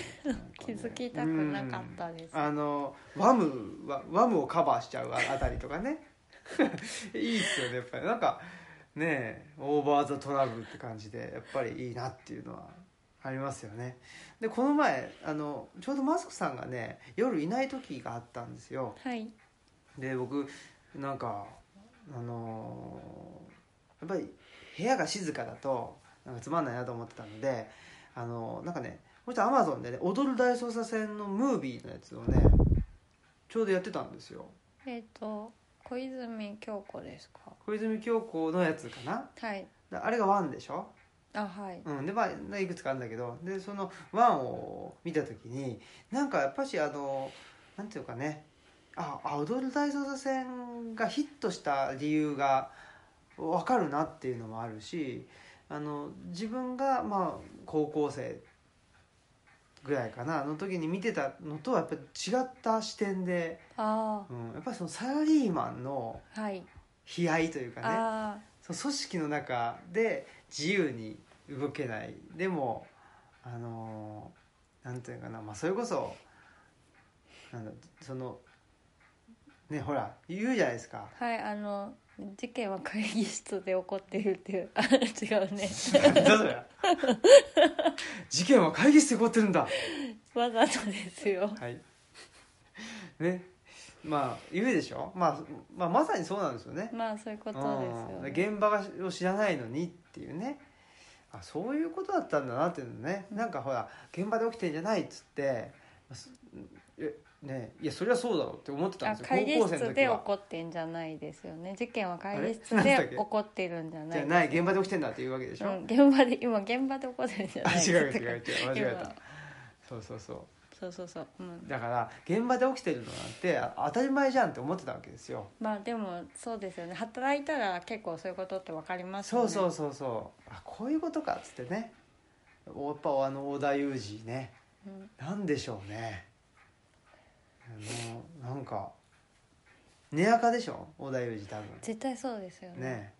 S1: 思って
S2: 気
S1: なんかね
S2: づきたくなかったです、
S1: あのワムはワムをカバーしちゃうあたりとかね いいっすよねやっぱりなんかねえオーバー・ザ・トラブルって感じでやっぱりいいなっていうのはありますよねでこの前あのちょうどマスクさんがね夜いない時があったんですよ
S2: はい
S1: で僕なんかあのーやっぱり部屋が静かだとなんかつまんないなと思ってたのであのーなんかねもうちょっとアマゾンでね「踊る大捜査線」のムービーのやつをねちょうどやってたんですよ
S2: えっ、と小泉京子ですか
S1: 小泉京子のやつかな
S2: はい
S1: であれが1でしょ
S2: あはい
S1: うん、でまあいくつかあるんだけどでその1を見た時になんかやっぱしあのなんていうかねああ踊る大捜査線がヒットした理由が分かるなっていうのもあるしあの自分がまあ高校生ぐらいかなの時に見てたのとはやっぱり違った視点で、
S2: あ
S1: うん、やっぱりそのサラリーマンの
S2: あはい
S1: 悲哀というかね
S2: ああ
S1: その組織の中で自由に動けないでもあのーなんていうのかな、まあ、それこそなんだそのねほら言うじゃないですか
S2: はいあの事件は会議室で起こっているっていうあ違う ね
S1: なんだそりゃ事件は会議室で起こってるんだ
S2: わざとですよ
S1: はいねまあ言うでしょ、まあ、まあまさにそうなんですよね
S2: まあそういうこと
S1: うん
S2: ですよ、ね、
S1: 現場がを知らないのにっていうねあそういうことだったんだなっていうのねなんかほら現場で起きてんじゃないっつってすえねいやそりゃそうだろうって思ってたん
S2: あ
S1: ですよ
S2: 会議
S1: 高校生の
S2: 室
S1: 時
S2: で
S1: は
S2: 怒ってんじゃないですよね事件は会議
S1: あ
S2: 室
S1: れなんだっ
S2: で
S1: け
S2: 怒ってるんじゃな
S1: じゃ
S2: い
S1: あない現場で起きてんだっていうわけでしょ、
S2: うん、現場で今現場で怒ってるんじゃな
S1: あ
S2: い
S1: 違う違う違う間違え
S2: 今
S1: たそうそうそう
S2: そうそうそう、うん、
S1: だから現場で起きてるのなんてあ当たり前じゃんって思ってたわけですよ
S2: まあでもそうですよね働いたら結構そういうことってわかりますよ
S1: そ
S2: ね
S1: うそうそうそうあこういうことかっつってねおやっぱあの織田裕二ね
S2: うん
S1: なんでしょうねあのなんか寝垢でしょ織田裕二多
S2: 絶対そうですよね
S1: 分ね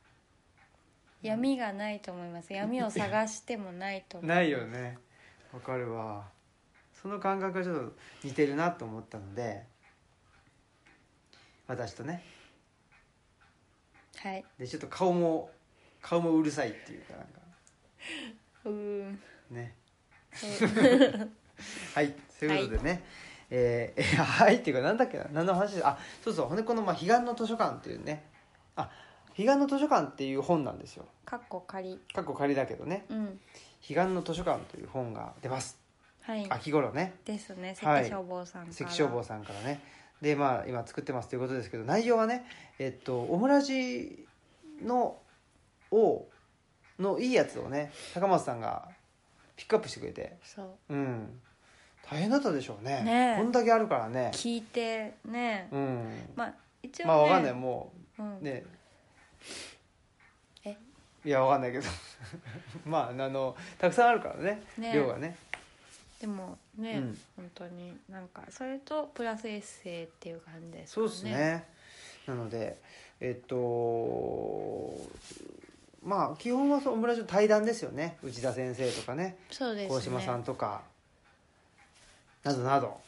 S2: 闇がないと思います闇を探してもないと思います
S1: ないよねわかるわその感覚がちょっと似てるなと思ったので私とね
S2: はい
S1: でちょっと顔も顔もうるさいっていうかなんか
S2: うーん
S1: ね
S2: そう
S1: はいということでね、えーえーはいっていうかなんだっけな何の話であそうそうほんでこの、まあ「彼岸の図書館」っていうねあ彼岸の図書館っていう本なんですよ
S2: かっこ仮
S1: 過去仮だけどね
S2: うん
S1: 「彼岸の図書館」という本が出ます
S2: はい
S1: 秋頃ね
S2: ですね
S1: はい
S2: 関消防さんから、
S1: 関消防さんからねでまあ今作ってますということですけど内容はねえっとオムラジのをのいいやつをね高松さんがピックアップしてくれて
S2: そう
S1: うん大変だったでしょうね
S2: ねえ
S1: こんだけあるからね
S2: 聞いてね、
S1: うん
S2: まあ一応ね
S1: まあわかんないも
S2: うん
S1: うね
S2: え
S1: いやわかんないけど まああのたくさんあるからね
S2: ね
S1: 量がね
S2: でもね、
S1: うん
S2: 本当になんかそれとプラスエッセイっていう感じですか
S1: そうですねなのでえっとまあ基本はそうオムラジの対談ですよね内田先生とかね
S2: そうですね
S1: 鴻島さんとかなどなど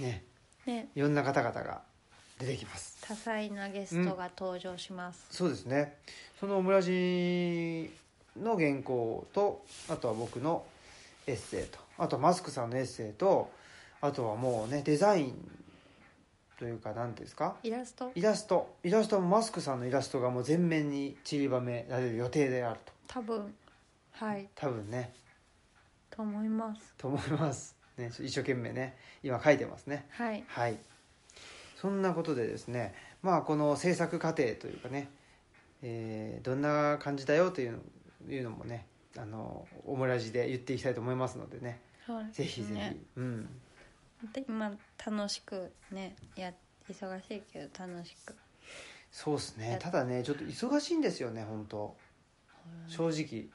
S1: ね
S2: ね
S1: いろんな方々が出てきます
S2: 多彩なゲストが登場します、
S1: そうですねそのオムラジの原稿とあとは僕のエッセイとあとはマスクさんのエッセイとあとはもうねデザインというか何ていうんですか
S2: イラスト
S1: イラストイラストもマスクさんのイラストがもう全面に散りばめられる予定であると
S2: 多分はい
S1: 多分ね
S2: と思います
S1: と思います、ね、一生懸命ね今書いてますね
S2: はい
S1: はいそんなことでですねまあこの制作過程というかね、えーどんな感じだよというのいうのもねあのオムラジで言っていきたいと思いますのでね
S2: そうです
S1: ぜ
S2: ね
S1: ひぜひ、うん
S2: で今楽しくねや忙しいけど楽しく
S1: そうですねただねちょっと忙しいんですよね本当正直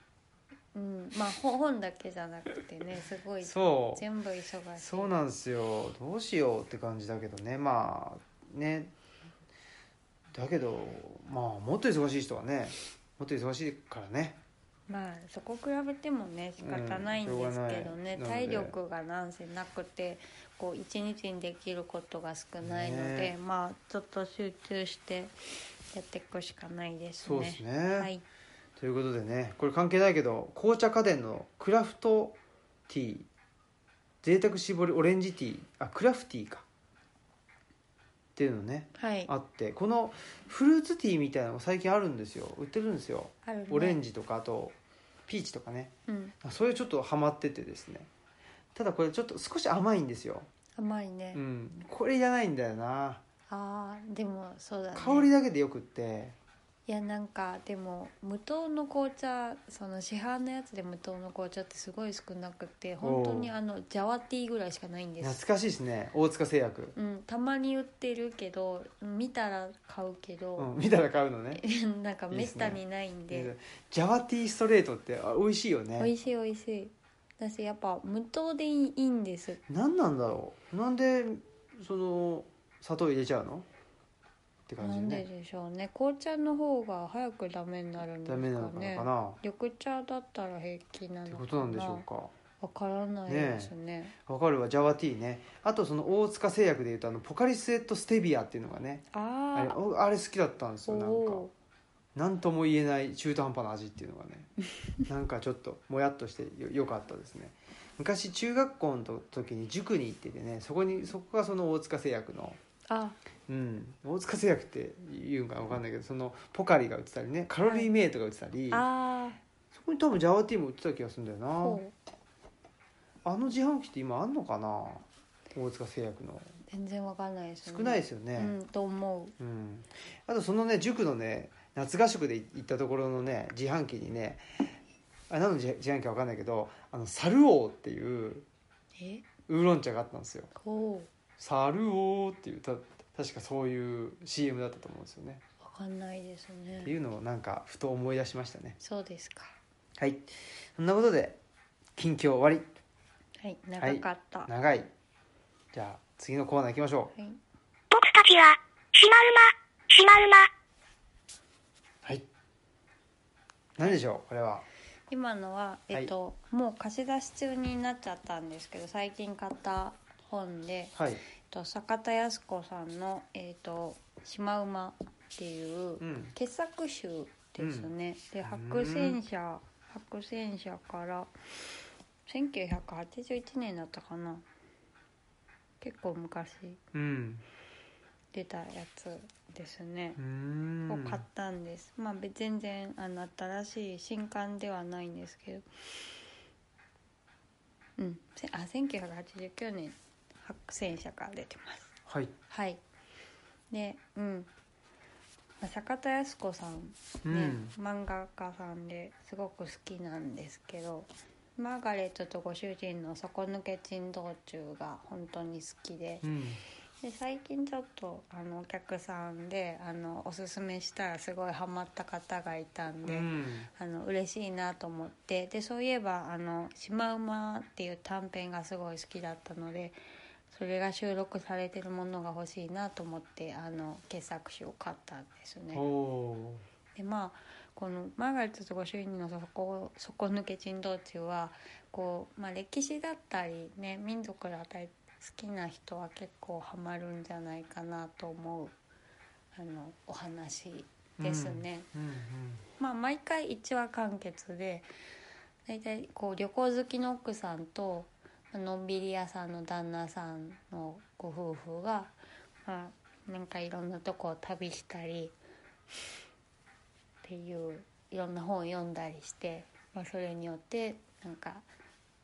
S2: うんまあほ本だけじゃなくてねすごい
S1: そう
S2: 全部忙しい
S1: そうなんですよどうしようって感じだけどねまあねだけどまあもっと忙しい人はねもっと忙しいからね
S2: まあそこ比べてもね仕方ないんですけど
S1: うん
S2: ね、
S1: しょうがないなので
S2: 体力がなんせなくてこう一日にできることが少ないので、
S1: ね
S2: まあちょっと集中してやっていくしかないですね。
S1: そうですね
S2: はい、
S1: ということでねこれ関係ないけど紅茶家電のクラフトティー贅沢絞りオレンジティーあクラフティーかっていうのね
S2: はい、
S1: あってこのフルーツティーみたいなのが最近あるんですよ売ってるんですよ
S2: あるね
S1: オレンジとかあとピーチとかね
S2: うん、
S1: それちょっとハマっててですねただこれちょっと少し甘いんですよ、
S2: 甘いね、
S1: うん、これいらないんだよな
S2: あーでもそうだね
S1: 香りだけでよくって
S2: いやなんかでも無糖の紅茶その市販のやつで無糖の紅茶ってすごい少なくて本当にあのジャワティーぐらいしかないんです
S1: 懐かしいですね大塚製薬、
S2: うん、たまに売ってるけど見たら買うけ
S1: う
S2: ど、
S1: ん、見たら買うのね
S2: なんかめったにないんで
S1: ジャワティーストレートってあ美味しいよ
S2: 美
S1: ね
S2: 味しい美味しいだしやっぱ無糖でいいいいんです
S1: 何なんだろうなんでその砂糖入れちゃうのって感
S2: な
S1: じよ
S2: んで
S1: ね
S2: でしょうね紅茶の方が早くダメになるんです
S1: ダ
S2: か
S1: メなのかな
S2: ね
S1: かな、
S2: 緑茶だったら平気な
S1: って
S2: の
S1: ことなんでしょうか
S2: わからないですね
S1: わかるわジャワティーねあとその大塚製薬でいうとあのポカリスエットステビアっていうのがねあれ
S2: あ
S1: おあれ好きだったんです
S2: あ
S1: よなんか
S2: お
S1: 何とも言えない中途半端な味っていうのが ねなんかちょっともやっとしてよよかったですね昔中学校の時に塾に行っててねそこにそこがその大塚製薬の
S2: ーあ
S1: うん大塚製薬って言うんか分かんないけどそのポカリが売ってたりねカロリーメイトが売ってたり、
S2: あ
S1: そこに多分ジャワティーも売ってた気がするんだよ
S2: ー
S1: な
S2: ほう
S1: あの自販機って今あんのかな大塚製薬の
S2: 全然わかんないですよね
S1: 少ないですすよね
S2: うんと思う
S1: うん、あとそのね塾のね夏合宿で行ったところのね自販機にねあ何の自自販機か分かんないけどあのサルオーっていう
S2: え
S1: ウーロン茶があったんですよ
S2: こ
S1: サルオーっていうた確かそういう CM だったと思うんですよね
S2: うわかんないですね
S1: っていうのをなんかふと思い出しましたね
S2: そうですか
S1: はいそんなことで近況終わ
S2: はい長かった、
S1: り長いじゃあ次のコーナー行きましょう
S2: はい、
S3: 僕たちは、シマウマ、シマウマ。
S1: はい。何でしょう、これは。
S2: 今のは、えっともう貸し出し中になっちゃったんですけど最近買った本で、
S1: はい。
S2: えっと、坂田靖子さんの「えっと、シマウマ」っていう
S1: うん。
S2: 傑作集ですね、で
S1: ん
S2: 白戦車白戦車から1981年だったかな結構昔
S1: うん。
S2: 出たやつですね
S1: うー、ん。
S2: を買ったんですまあべ全然あの新しい新刊ではないんですけどうんせあ1989年白戦車から出てます
S1: はい。
S2: はいでうんまあ坂田靖子さん
S1: う
S2: ね
S1: ん。、
S2: 漫画家さんですごく好きなんですけど「マーガレットとご主人の底抜け珍道中」が本当に好きで
S1: うん。
S2: で最近ちょっとあのお客さんであのおすすめしたらすごいハマった方がいたん
S1: う
S2: で。
S1: ん。
S2: あの嬉しいなと思ってでそういえば「あのシマウマ」っていう短編がすごい好きだったのでそれが収録されてるものが欲しいなと思ってあの傑作集を買ったんですね。
S1: おお
S2: でまあこのマーガレットとご主人の底底抜け珍道中はこう、まあ、歴史だったり、ね、民族だったり好きな人は結構ハマるんじゃないかなと思うあのお話ですね。
S1: ー。うん。
S2: まあ、毎回1話完結で大体こう旅行好きの奥さんとのんびり屋さんの旦那さんのご夫婦が、まあ、なんかいろんなとこを旅したりっていういろんな本を読んだりして、まあ、それによってなんか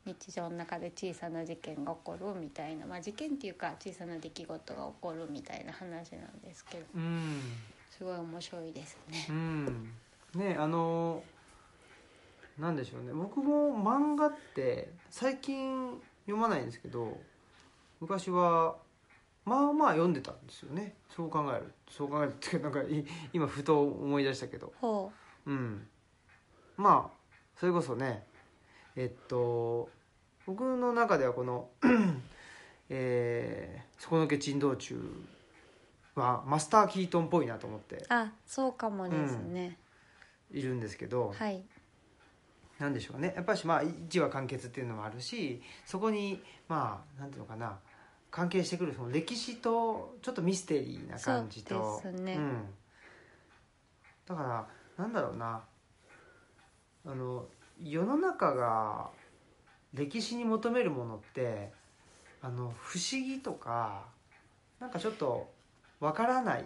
S2: 日常の中で小さな事件が起こるみたいな、まあ、事件っていうか小さな出来事が起こるみたいな話なんですけど
S1: うん。
S2: すごい面白いですね
S1: う。ん。ね、あのー。なんでしょうね。僕も漫画って最近読まないんですけど。昔は。まあまあ読んでたんですよね。そう考える。そう考えるっていうか、なんかい、今ふと思い出したけど。
S2: ほ
S1: うん、まあそれこそねえっと僕の中ではこの 「えー、底抜け珍道中」はマスター・キートンっぽいなと思って
S2: うあそうかもですね。
S1: いるんですけど、
S2: はい、
S1: なんでしょうねやっぱりまあ一話完結っていうのもあるしそこにまあなんていうのかな関係してくるその歴史とちょっとミステリーな感じと
S2: そうですね
S1: うん、だからなんだろうなあの世の中が歴史に求めるものってあの不思議とかなんかちょっとわからない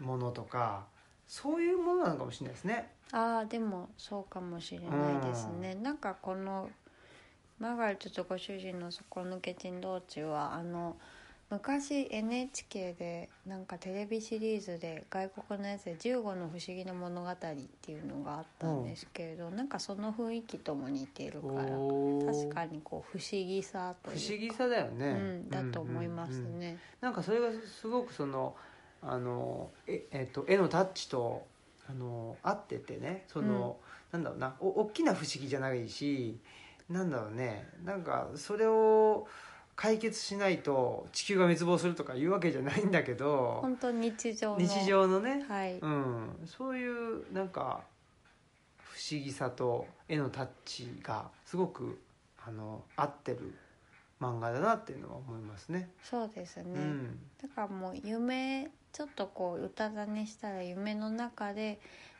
S1: ものとかそういうものなのかもしれないですね。
S2: ああでもそうかもしれないですね、なんかこのマーガレットとご主人の底抜け珍道中はあの昔 NHK でなんかテレビシリーズで外国のやつで「15の不思議の物語」っていうのがあったんですけれど、なんかその雰囲気とも似ているから確
S1: 確
S2: かにこう不思議さと
S1: 不
S2: いうか
S1: 思議さだよね、
S2: うん、だと思いますね、
S1: うんうんなんかそれがすごくそのあのえ、えっと、絵のタッチとあの合っててねその、なんだろうなお大きな不思議じゃないしなんだろうねなんかそれを解決しないと地球が滅亡するとかいうわけじゃないんだけど
S2: 本当に日常の
S1: 日常のね、
S2: はい、
S1: うん、そういうなんか不思議さと絵のタッチがすごくあの合ってる漫画だなっていうのは思いますね。
S2: そうですね、
S1: うん、
S2: だからもう夢ちょっとこう歌だねしたら夢の中で、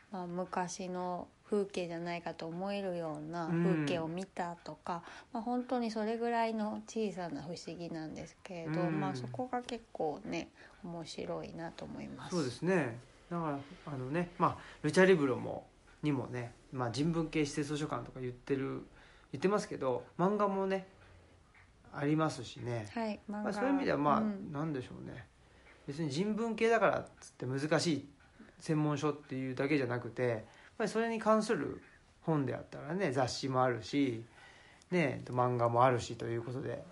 S2: まあ、昔の風景じゃないかと思えるような
S1: うん
S2: 風景を見たとか、まあ、本当にそれぐらいの小さな不思議なんですけれど、
S1: うん
S2: まあ、そこが結構ね面白いなと思います。
S1: そうですね。だからあのね、まあルチャリブロもにもね、まあ人文系指定図書館とか言ってる言ってますけど漫画もねありますしね、
S2: はい漫
S1: ま
S2: 画
S1: あ、そういう意味ではまあ、
S2: うん
S1: なんでしょうね別に人文系だからっつって難しい専門書っていうだけじゃなくてやっぱりそれに関する本であったらね雑誌もあるし、ね、漫画もあるしということでで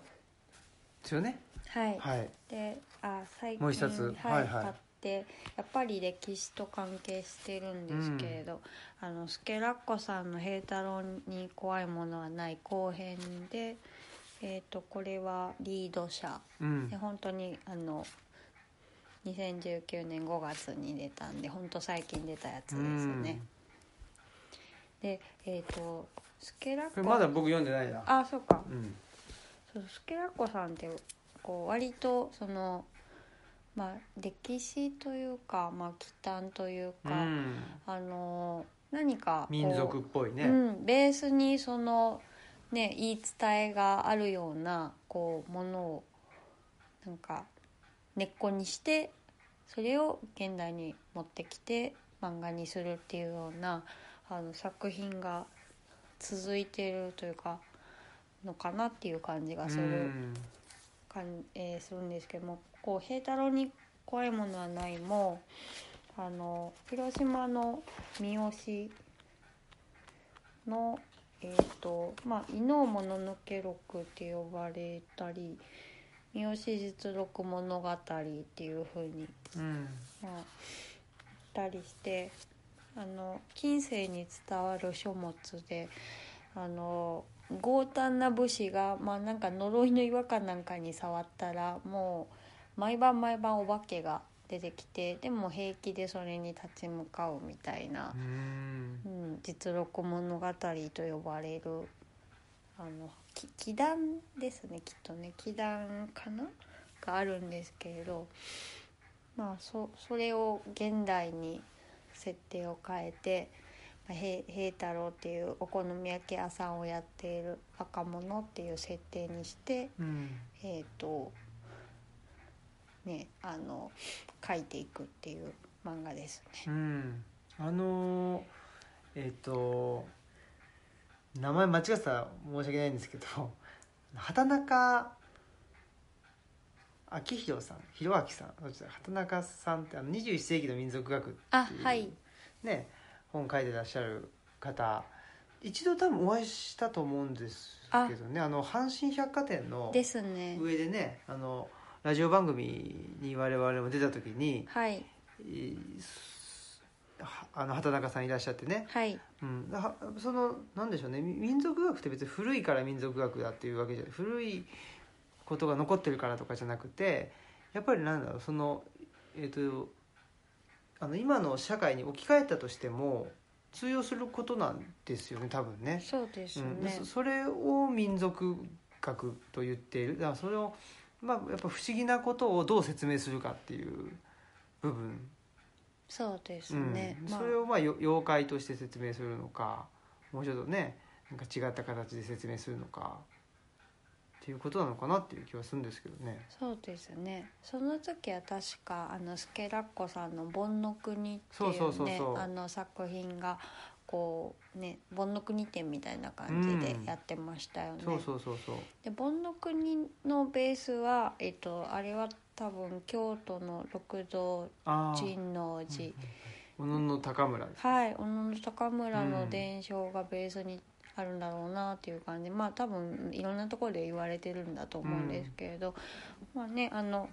S1: すよね
S2: はい、
S1: はい
S2: であ最近
S1: もう一冊
S2: はい
S1: はいはい
S2: 買ってやっぱり歴史と関係してるんですけれど、あのスケラッコさんの「平太郎に怖いものはない」後編で、えー、とこれはリード社
S1: うん
S2: で本当にあの2019年5月に出たんで本当最近出たやつですよね、でえっ、とスケラッ
S1: これ
S2: コ
S1: まだ僕読んでないな
S2: あそうか
S1: うん
S2: そうスケラッコさんってこう割とそのまあ歴史というか、まあ、忌憚という
S1: う
S2: か、
S1: ん
S2: あの何かこう
S1: 民族っぽいね、
S2: うん、ベースにその、ね、言い伝えがあるようなこうものをなんか根っこにしてそれを現代に持ってきて漫画にするっていうようなあの作品が続いてるというかのかなっていう感じがする。
S1: うん
S2: かん、えーするんですけどもこう「平太郎に怖いものはないも」あの広島の三好のえっ、とまあ「伊能もののけ録」って呼ばれたり「三好実録物語」っていうふうに
S1: うん
S2: まあ、行ったりしてあの近世に伝わる書物であの強胆な武士が、まあ、なんか呪いの違和感なんかに触ったらもう毎晩毎晩お化けが出てきてでも平気でそれに立ち向かうみたいな
S1: う、ん
S2: うん、実録物語と呼ばれるあのき祈願ですねきっとね祈願かながあるんですけれどまあそそれを現代に設定を変えてまあ平平太郎っていうお好み焼き屋さんをやっている若者っていう設定にして
S1: うん
S2: えっ、とねあの書いていくっていう漫画ですね。
S1: うん、あのーえっ、と名前間違ってたら申し訳ないんですけど畑中昭弘さん弘明さんどっちだ畑中さんってあの21世紀の民族学って
S2: あ
S1: いう、
S2: はい
S1: ね、本書いてらっしゃる方一度多分お会いしたと思うんですけどねあの阪神百貨店の
S2: ですね。
S1: 上でねあのラジオ番組に我々も出た時に
S2: はい
S1: いすはあの畑中さんいらっしゃってね、
S2: はい
S1: うん、はそのなんでしょうねみ民族学って別に古いから民族学だっていうわけじゃない古いことが残ってるからとかじゃなくてやっぱりなんだろうそのえっ、とあの今の社会に置き換えたとしても通用することなんですよね多分ね。
S2: そうですね。
S1: うん、でそそれを民族学と言っているだからそれを、まあ、やっぱ不思議なことをどう説明するかっていう部分
S2: そうですね。
S1: うん、
S2: まあ
S1: それをまあよ妖怪として説明するのかもうちょっとねなんか違った形で説明するのかっていうことなのかなっていう気はするんですけどね。
S2: そうですね。その時は確かあのスケラッコさんの盆の国っていうね
S1: そうそうそうそう
S2: あの作品がこうね盆の国展みたいな感じで
S1: うん
S2: やってましたよね。
S1: そうそうそうそう。
S2: で盆の国のベースはえっとあれは多分京都の六道
S1: ああ。
S2: 神王寺。
S1: おのの高村です。
S2: はい小野高村の伝承がベースにあるんだろうなっていう感じ、まあ多分いろんなところで言われてるんだと思うんですけれど、まあねあの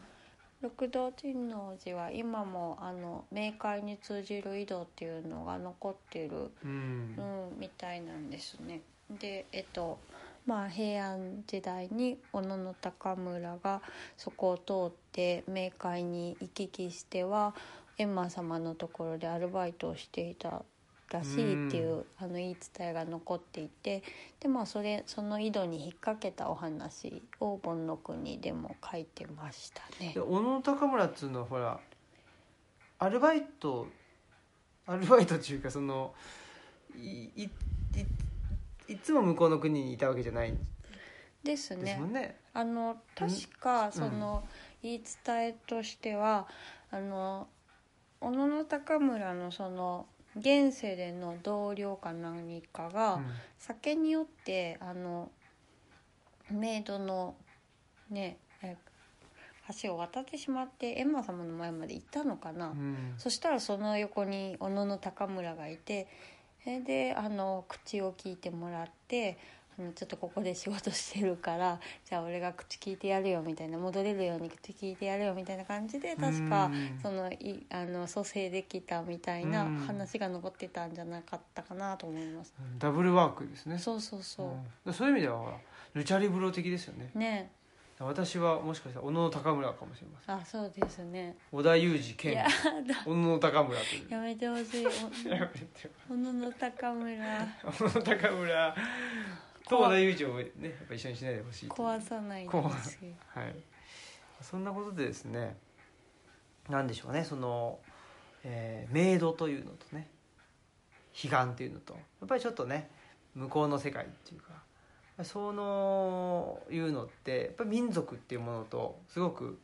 S2: 六道珍王寺は今もあの冥界に通じる井戸っていうのが残ってる、
S1: うん
S2: う。ん、みたいなんですね。でえっとまあ平安時代に小野高村がそこを通って冥界に行き来しては閻魔様のところでアルバイトをしていたらしいっていう、
S1: う
S2: あの言い伝えが残っていてでまあそれその井戸に引っ掛けたお話を盆の国でも書いてましたね
S1: で。小野高村っつうのはほらアルバイトアルバイトっていうかそのいいいいいつも向こうの国にいたわけじゃないん
S2: ですね。
S1: ですもんね。
S2: あの確かその言い伝えとしては、あの小野高村のその現世での同僚か何かが、酒によってあのメイドのねえ橋を渡ってしまってエンマ様の前まで行ったのかな、
S1: うん
S2: そしたらその横に小野の高村がいてそれであの口を聞いてもらってあのちょっとここで仕事してるからじゃあ俺が口聞いてやるよみたいな戻れるように口聞いてやるよみたいな感じで確か
S1: うん
S2: そのいあの蘇生できたみたいな
S1: うん
S2: 話が残ってたんじゃなかったかなと思います。
S1: ダブルワークですね
S2: そうそうそう、
S1: うんそういう意味ではほらルチャリブロ的ですよね
S2: ね
S1: 私はもしかしたら小野高村かもしれません
S2: あそうですね
S1: 織田裕二
S2: い
S1: 兼
S2: や だ
S1: 小野高村という
S2: やめてほしい
S1: やめて
S2: お小野の高村
S1: 小野高村と織田裕二をねやっぱ一緒にしないでほしいという
S2: 壊さない でほしい
S1: はい、そんなことでですね何でしょうねその、えーメイドというのとね彼岸というのとやっぱりちょっとね向こうの世界っていうかそのいうのってやっぱり民族っていうものとすごく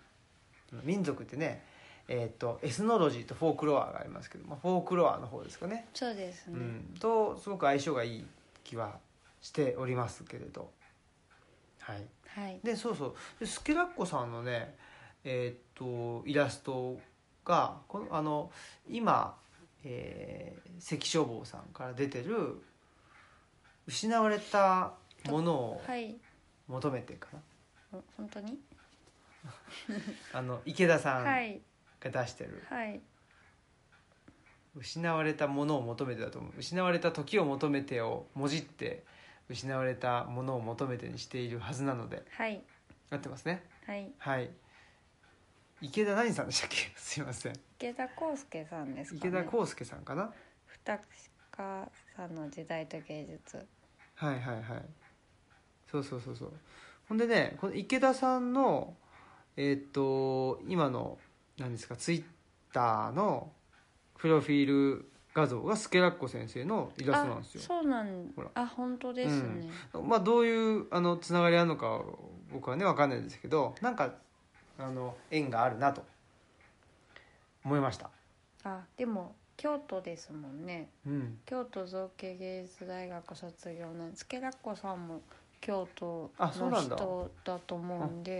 S1: 民族ってねえー、とエスノロジーとフォークロアがありますけど、まあ、フォークロアの方ですかね
S2: そうですね、
S1: うん、とすごく相性がいい気はしておりますけれどはい
S2: はい
S1: でそうそうでスケラッコさんのねえーっとイラストがこのあの今、えー関消防さんから出てる「失われたものを
S2: はい
S1: 求めて」かな、
S2: ほ本当に
S1: あの池田さん
S2: は
S1: が
S2: い
S1: 出してる
S2: はい
S1: 「失われたものを求めて」だと思う「失われた時を求めて」をもじって「失われたものを求めて」にしているはずなので
S2: はい
S1: 合ってますね
S2: はい
S1: はい池田何さんでしたっけすいません
S2: 池田康介さんですか、
S1: 池
S2: ね、
S1: 田康介さんかな
S2: 二塚さんの時代と芸術
S1: はいはいはいそうそうそうそうほんでねこの池田さんのえーっと今の何ですかツイッターのプロフィール画像がスケラッコ先生のイラストなんですよ
S2: あそうなん
S1: ほら
S2: あ本当ですね、
S1: まあどういうあのつながりあるのかは僕はね分かんないですけどなんかあの縁があるなと思いました
S2: あでも京都ですもんね
S1: うん
S2: 京都造形芸術大学卒業の助田子さんも京都
S1: あそうな
S2: の
S1: んだ
S2: 人だと思うん
S1: あ
S2: で
S1: へ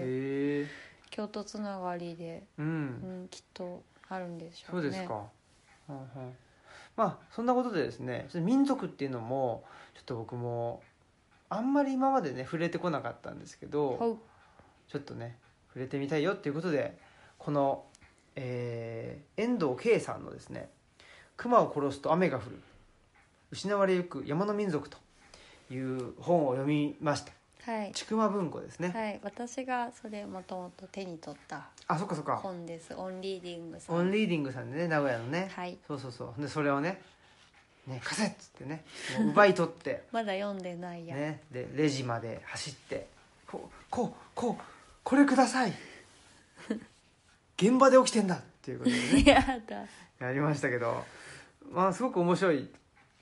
S1: え
S2: 京都つながりで、
S1: う
S2: うんん、きっとあるんでしょ
S1: そう
S2: ね
S1: うですか、うんうんまあそんなことでですねちょっと民族っていうのもちょっと僕もあんまり今までね触れてこなかったんですけ
S2: ほ
S1: ど
S2: う
S1: ちょっとね触れてみたいよっていうことでこの、えー遠藤圭さんのですね「熊を殺すと雨が降る失われゆく山の民族」という本を読みました
S2: はい
S1: 千曲文庫ですね、
S2: はい私がそれもともと手に取った
S1: あそっかそっか
S2: 本ですオンリーディングさん
S1: オンリーディングさんでね名古屋のね、
S2: はい
S1: そうそうそうでそれをね「ね貸せ」っつってねもう奪い取って、
S2: まだ読んでないや、
S1: ね、でレジまで走って「こうこうこうこれください」「現場で起きてんだ」っていうことでね
S2: やだ
S1: やりましたけどまあすごく面白い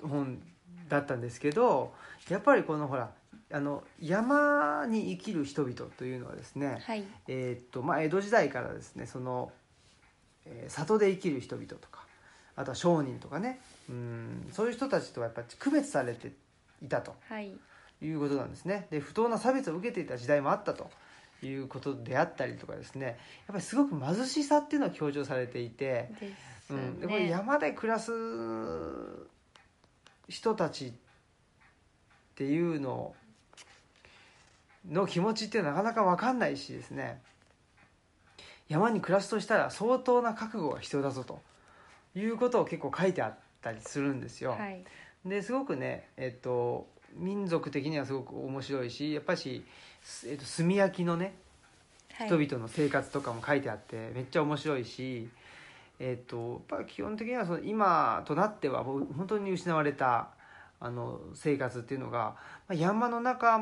S1: 本だったんですけどやっぱりこのほらあの山に生きる人々というのはですね、
S2: はい
S1: えーっとまあ、江戸時代からですねその、えー里で生きる人々とかあとは商人とかねうんそういう人たちとはやっぱり区別されていたと
S2: はい
S1: いうことなんですねで不当な差別を受けていた時代もあったということであったりとかですねやっぱりすごく貧しさっていうのが強調されていて、
S2: です
S1: う
S2: ね、
S1: ん、でこれ山で暮らす人たちっていうのの気持ちってなかなか分かんないしですね山に暮らすとしたら相当な覚悟が必要だぞということを結構書いてあったりするんですよ。
S2: はい
S1: ですごくね、えっと、民族的にはすごく面白いしやっぱし、えっと、炭焼きのね
S2: はい
S1: 人々の生活とかも書いてあってめっちゃ面白いし、えっとやっぱ基本的にはその今となってはもう本当に失われたあの生活っていうのがまあ山の中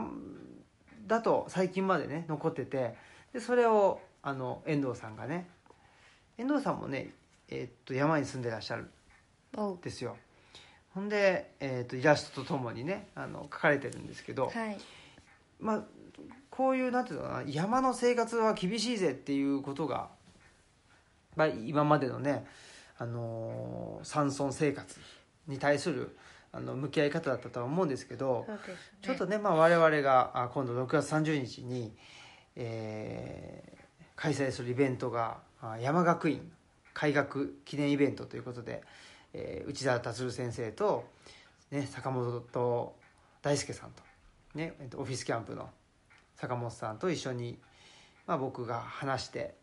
S1: だと最近までね残っててでそれをあの遠藤さんがね遠藤さんもね、えっと山に住んでらっしゃる
S2: おうん
S1: ですよ。ほんで、えっとイラストとともにねあの書かれてるんですけど、
S2: はい
S1: まあ、こういうなんていうのかな山の生活は厳しいぜっていうことが、まあ、今までのね、あのー山村生活に対するあの向き合い方だったとは思うんですけど、
S2: そうですね
S1: ちょっとね、まあ、我々があ今度6月30日に、えー開催するイベントがあ山学院開学記念イベントということで、えー内澤達先生と、ね、坂本と大輔さんと、ね、えっとオフィスキャンプの坂本さんと一緒に、まあ、僕が話して、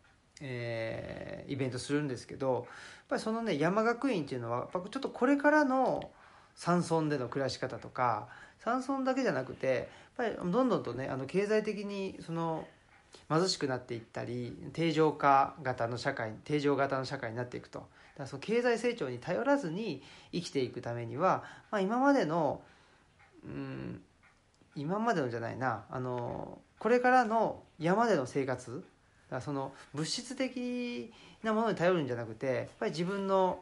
S1: えーイベントするんですけどやっぱりそのね山学院っていうのはやっぱちょっとこれからの山村での暮らし方とか山村だけじゃなくてやっぱりどんどんとねあの経済的にその貧しくなっていったり定常化型の社会定常型の社会になっていくとだからその経済成長に頼らずに生きていくためには、まあ、今までのうん今までのじゃないなあのこれからの山での生活だからその物質的なものに頼るんじゃなくてやっぱり自分の、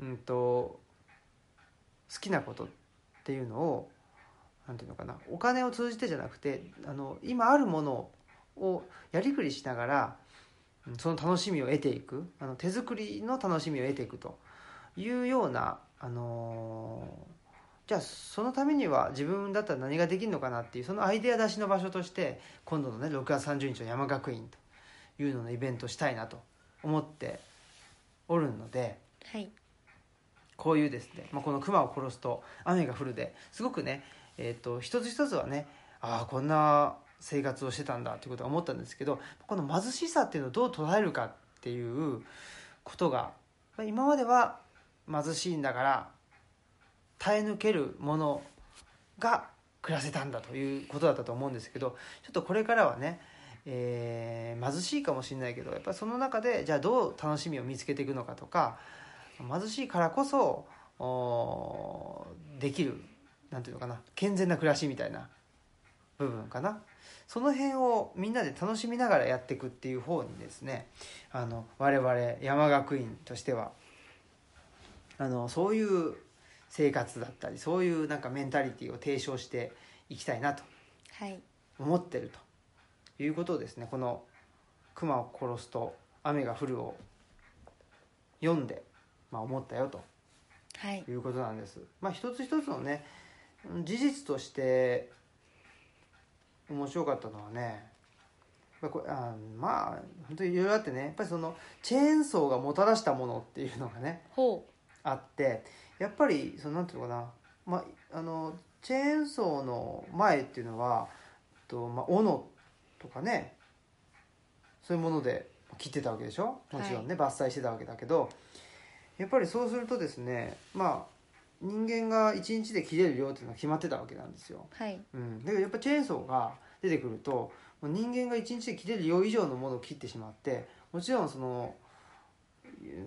S1: うん、と好きなことっていうのをなんていうのかなお金を通じてじゃなくてあの今あるものをやりくりしながらうんその楽しみを得ていくあの手作りの楽しみを得ていくというような、あのーじゃあそのためには自分だったら何ができるのかなっていうそのアイデア出しの場所として今度のね6月30日の山学院というののイベントをしたいなと思っておるので。
S2: はい
S1: こういうですね、まあ、この熊を殺すと雨が降るですごくね、えー、と一つ一つはねああこんな生活をしてたんだということは思ったんですけどこの貧しさっていうのをどう捉えるかっていうことがまあ今までは貧しいんだから耐え抜けるものが暮らせたんだということだったと思うんですけどちょっとこれからはね、えー貧しいかもしれないけどやっぱりその中でじゃあどう楽しみを見つけていくのかとか貧しいからこそおーできるなんていうのかな健全な暮らしみたいな部分かなその辺をみんなで楽しみながらやっていくっていう方にですねあの我々山学院としてはあのそういう生活だったりそういうなんかメンタリティを提唱していきたいなと
S2: はい
S1: 思ってるということをですねこの「熊を殺すと雨が降る」を読んで、まあ、思ったよと
S2: はい
S1: いうことなんです。まあ、一つ一つのねうん事実として面白かったのはねまあこれあまあ本当にいろいろあってねやっぱりそのチェーンソーがもたらしたものっていうのがね
S2: ほ
S1: あってやっぱりそのなんていうのかな、まあ、あのチェーンソーの前っていうのはと、まあ、斧とかねそういうもので切ってたわけでしょもちろんね、伐採してたわけだけどやっぱりそうするとですねまあ人間が1日で切れる量っていうのは決まってたわけなんですよ。
S2: うはい
S1: うん、だけどやっぱチェーンソーが出てくるともう人間が1日で切れる量以上のものを切ってしまってもちろんその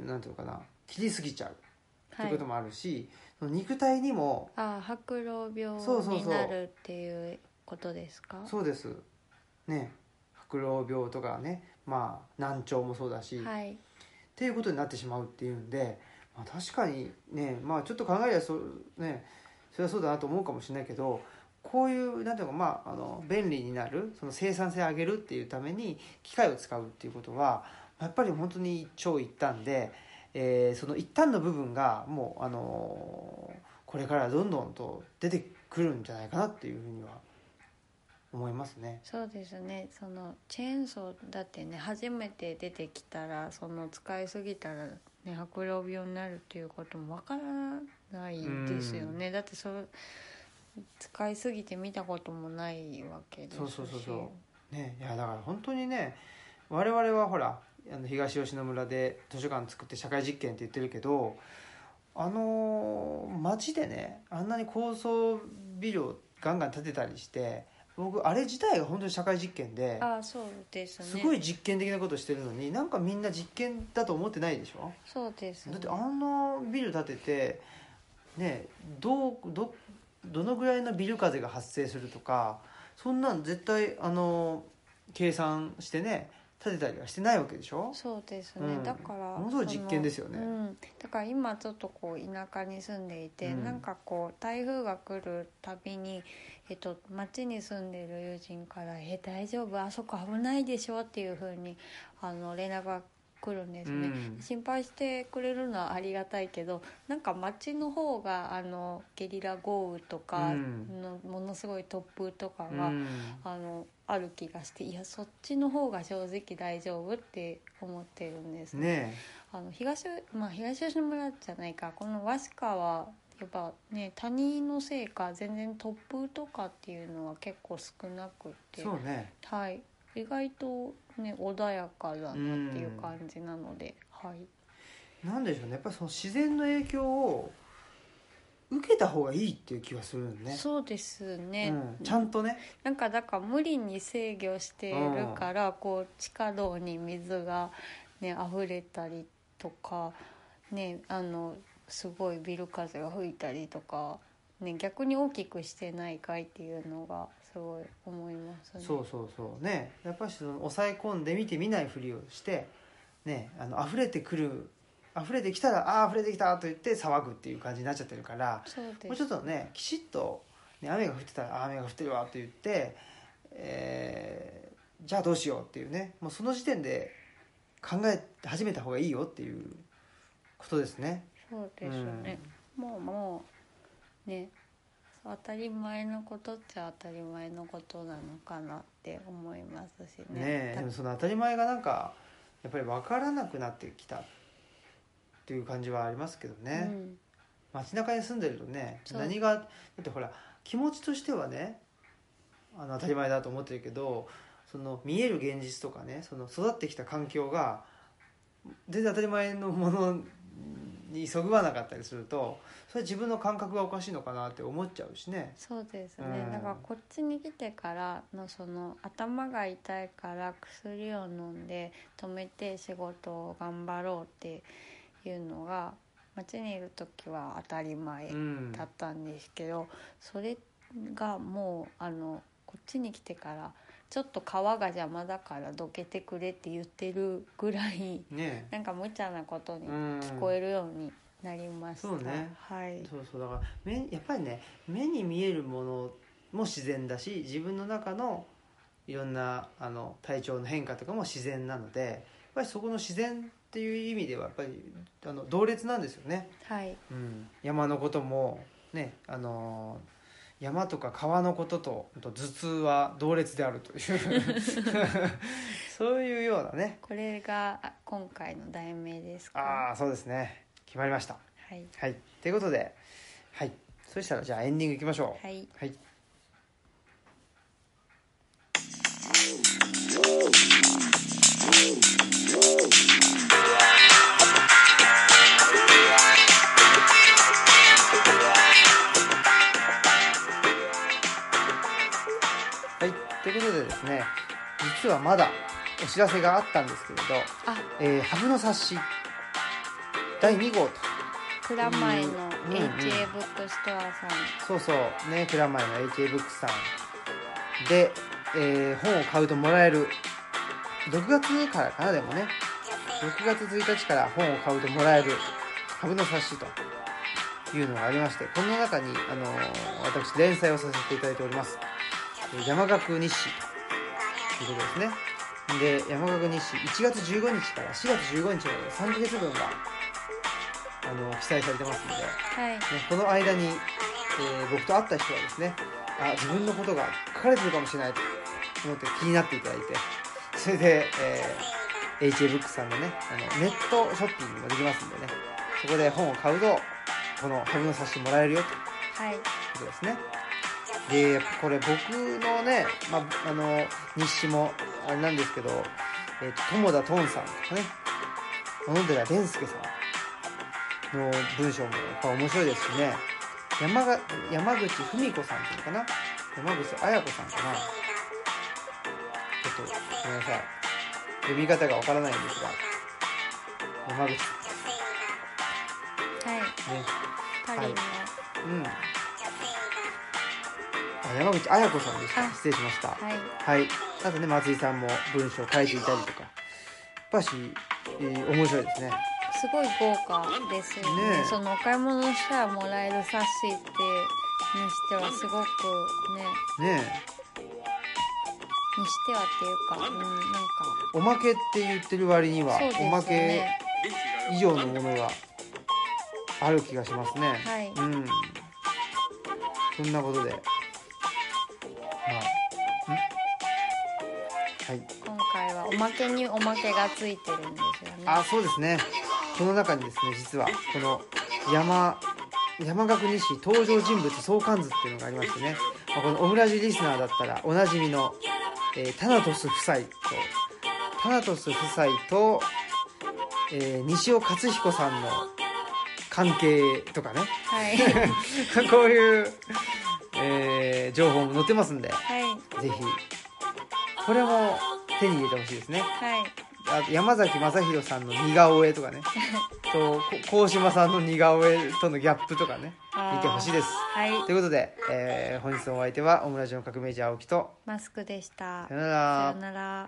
S1: なんていうのかな切りすぎちゃうって
S2: は
S1: いう
S2: い
S1: こともあるし、その肉体にも
S2: ああ白老病
S1: そうそうそう
S2: になるっていうことですか
S1: そうですね白老病とかねまあ難聴もそうだし、っ
S2: はい
S1: ていうことになってしまうっていうんで、まあ、確かにねまあちょっと考えりゃそ,、ね、それはそうだなと思うかもしれないけどこういうなんていうのかまああの便利になるその生産性を上げるっていうために機械を使うっていうことはやっぱり本当に超一短で、えーその一短の部分がもう、あのーこれからどんどんと出てくるんじゃないかなっていうふうには思いますね。
S2: そうですねそのチェーンソーだってね初めて出てきたらその使いすぎたら、ね、白老病になるっていうこともわからないですよねだってそれ使いすぎて見たこともないわけですし
S1: そうそうそうそうね、いやだから本当にね我々はほらあの東吉野村で図書館作って社会実験って言ってるけどあのー街でねあんなに高層ビルをガンガン建てたりして僕あれ自体が本当に社会実験で
S2: ああそうですね
S1: すごい実験的なことしてるのになんかみんな実験だと思ってないでしょ
S2: そうですね
S1: だってあのビル建ててねどうどどのぐらいのビル風が発生するとかそんなん絶対あの計算してね建てたりはしてないわけでしょ
S2: そうですね、
S1: うん
S2: だから
S1: ものすごい実験ですよね
S2: そのうん、だから今ちょっとこう田舎に住んでいて、
S1: うん
S2: なんかこう台風が来るたびに、えっと、町に住んでる友人から「え大丈夫あそこ危ないでしょ」っていうふうにあの連絡がくるんですね、
S1: うん
S2: 心配してくれるのはありがたいけどなんか町の方があのゲリラ豪雨とか
S1: うん
S2: のものすごい突風とか
S1: う
S2: が、
S1: ん
S2: あのある気がしていやそっちの方が正直大丈夫って思ってるんですね
S1: ね
S2: あの東,、まあ、東吉野村じゃないかこの鷲川やっぱね谷のせいか全然突風とかっていうのは結構少なく
S1: え
S2: て
S1: そうね
S2: はい、意外と、ね、穏やかだなっていう感じなので、はい、
S1: なんでしょうねやっぱりその自然の影響を受けた方がいいっていう気がするよね
S2: そうですね、
S1: うん、ちゃんとね
S2: なんかだから無理に制御してるから、こう地下道に水がね溢れたりとかねあのすごいビル風が吹いたりとか、ね、逆に大きくしてないかいっていうのがすごい思いますね。
S1: そうそうそうねやっぱりその抑え込んで見て見ないふりをしてねあの溢れてくる溢れてきたらああー溢れてきたと言って騒ぐっていう感じになっちゃってるから
S2: そうです
S1: もうちょっとねきちっと、ね、雨が降ってたらあー雨が降ってるわと言って、えーじゃあどうしようっていうねもうその時点で考え始めた方がいいよっていうことですね。
S2: そうですね、もうもうね当たり前のことっちゃ当たり前のことなのかなって思いますしね
S1: ねえ
S2: だ
S1: でもその当たり前がなんかやっぱり分からなくなってきたっていう感じはありますけどね、
S2: うん
S1: 街中に住んでるとね
S2: そう
S1: 何がだってほら気持ちとしてはねあの当たり前だと思ってるけどその見える現実とかねその育ってきた環境が全然当たり前のものにそぐわなかったりするとそれは自分の感覚がおかしいのかなって思っちゃうしね。
S2: そうですね、
S1: うん
S2: だからこっちに来てからのその頭が痛いから薬を飲んで止めて仕事を頑張ろうっていうのが街にいる時は当たり前
S1: うん
S2: だったんですけど、それがもうあのこっちに来てからちょっと皮が邪魔だからどけてくれって言ってるぐらい
S1: ね
S2: なんか無茶なこと
S1: え
S2: に
S1: うん
S2: 聞こえるようになりました、
S1: そうね
S2: はい
S1: そうそうだから目やっぱりね目に見えるものも自然だし自分の中のいろんなあの体調の変化とかも自然なのでやっぱりそこの自然っていう意味ではやっぱりあの同列なんですよね、
S2: はい
S1: うん、山のこともねあのー山とか川のこととあと頭痛は同列であるという そういうようなね
S2: これがあ今回の題名ですか。
S1: ああそうですね決まりました
S2: はい。
S1: はいということではいそしたらじゃあエンディングいきましょう
S2: はい。
S1: はい。はい、ということでですね、実はまだお知らせがあったんですけれど、
S2: あ、
S1: えー、ハブの冊子第2号と
S2: 蔵前の
S1: うん
S2: HA ブックストアさん。
S1: そうそうね蔵前の HA ブックスさんで、えー本を買うともらえる6月からかなでもね6月1日から本を買うともらえる株の冊子というのがありましてこの中に、あのー私連載をさせていただいておりますえー山岳日誌ということですねで山岳日誌1月15日から4月15日まで3ヶ月分が、あの記載されてますので
S2: はい。
S1: ね、この間に、えー僕と会った人はですねあ自分のことが書かれてるかもしれないと思って気になっていただいてそれで、えー HA ブックさんのねあのネットショッピングもできますんでねそこで本を買うとこのハブの冊子もらえるよという
S2: はい。
S1: ことですねでこれ僕のね、まあ、あの日誌もあれなんですけど、えーと友田トンさんとかね小野寺蓮介さんの文章もやっぱ面白いですしね山が山口文子さんっていうのかな山口綾子さんかなちょっとごめんなさい読み方がわからないんですが山口ね
S2: はい。パ
S1: う
S2: リの。
S1: んあ山口綾子さんでした
S2: あ
S1: 失礼しました
S2: はい。
S1: はいあとね松井さんも文章を書いていたりとかやっぱし、えー面白いですね
S2: すごい豪華ですよね。
S1: ねえ
S2: そのお買い物したらもらえる冊子って。にしてはすごくね。
S1: ね
S2: にしてはっていうか、うん、なんか
S1: おまけって言ってる割には、
S2: そうです
S1: お
S2: よ
S1: まけ
S2: ね
S1: 以上のものがある気がしますね。
S2: はい
S1: うん。そんなことで、まあ、んはい。
S2: 今回はおまけにおまけがついてるんですよね
S1: あ、そうですね。この中にですね、実はこの山山岳日誌登場人物相関図っていうのがありましてね、まあ、このオムラジリスナーだったらおなじみの、えータナトス夫妻とタナトス夫妻と、えー西尾勝彦さんの関係とかね
S2: はい
S1: こういう、えー情報も載ってますんで
S2: はい
S1: ぜひこれも手に入れてほしいですね
S2: はい
S1: あと山崎正弘さんの似顔絵と かねとこ鴻島さんの似顔絵とのギャップとかね
S2: あー
S1: 見てほしいです
S2: はい
S1: ということで、えー本日のお相手はオムラジオの革命児青木と
S2: マスクでした
S1: さよな
S2: さ
S1: ら
S2: よなら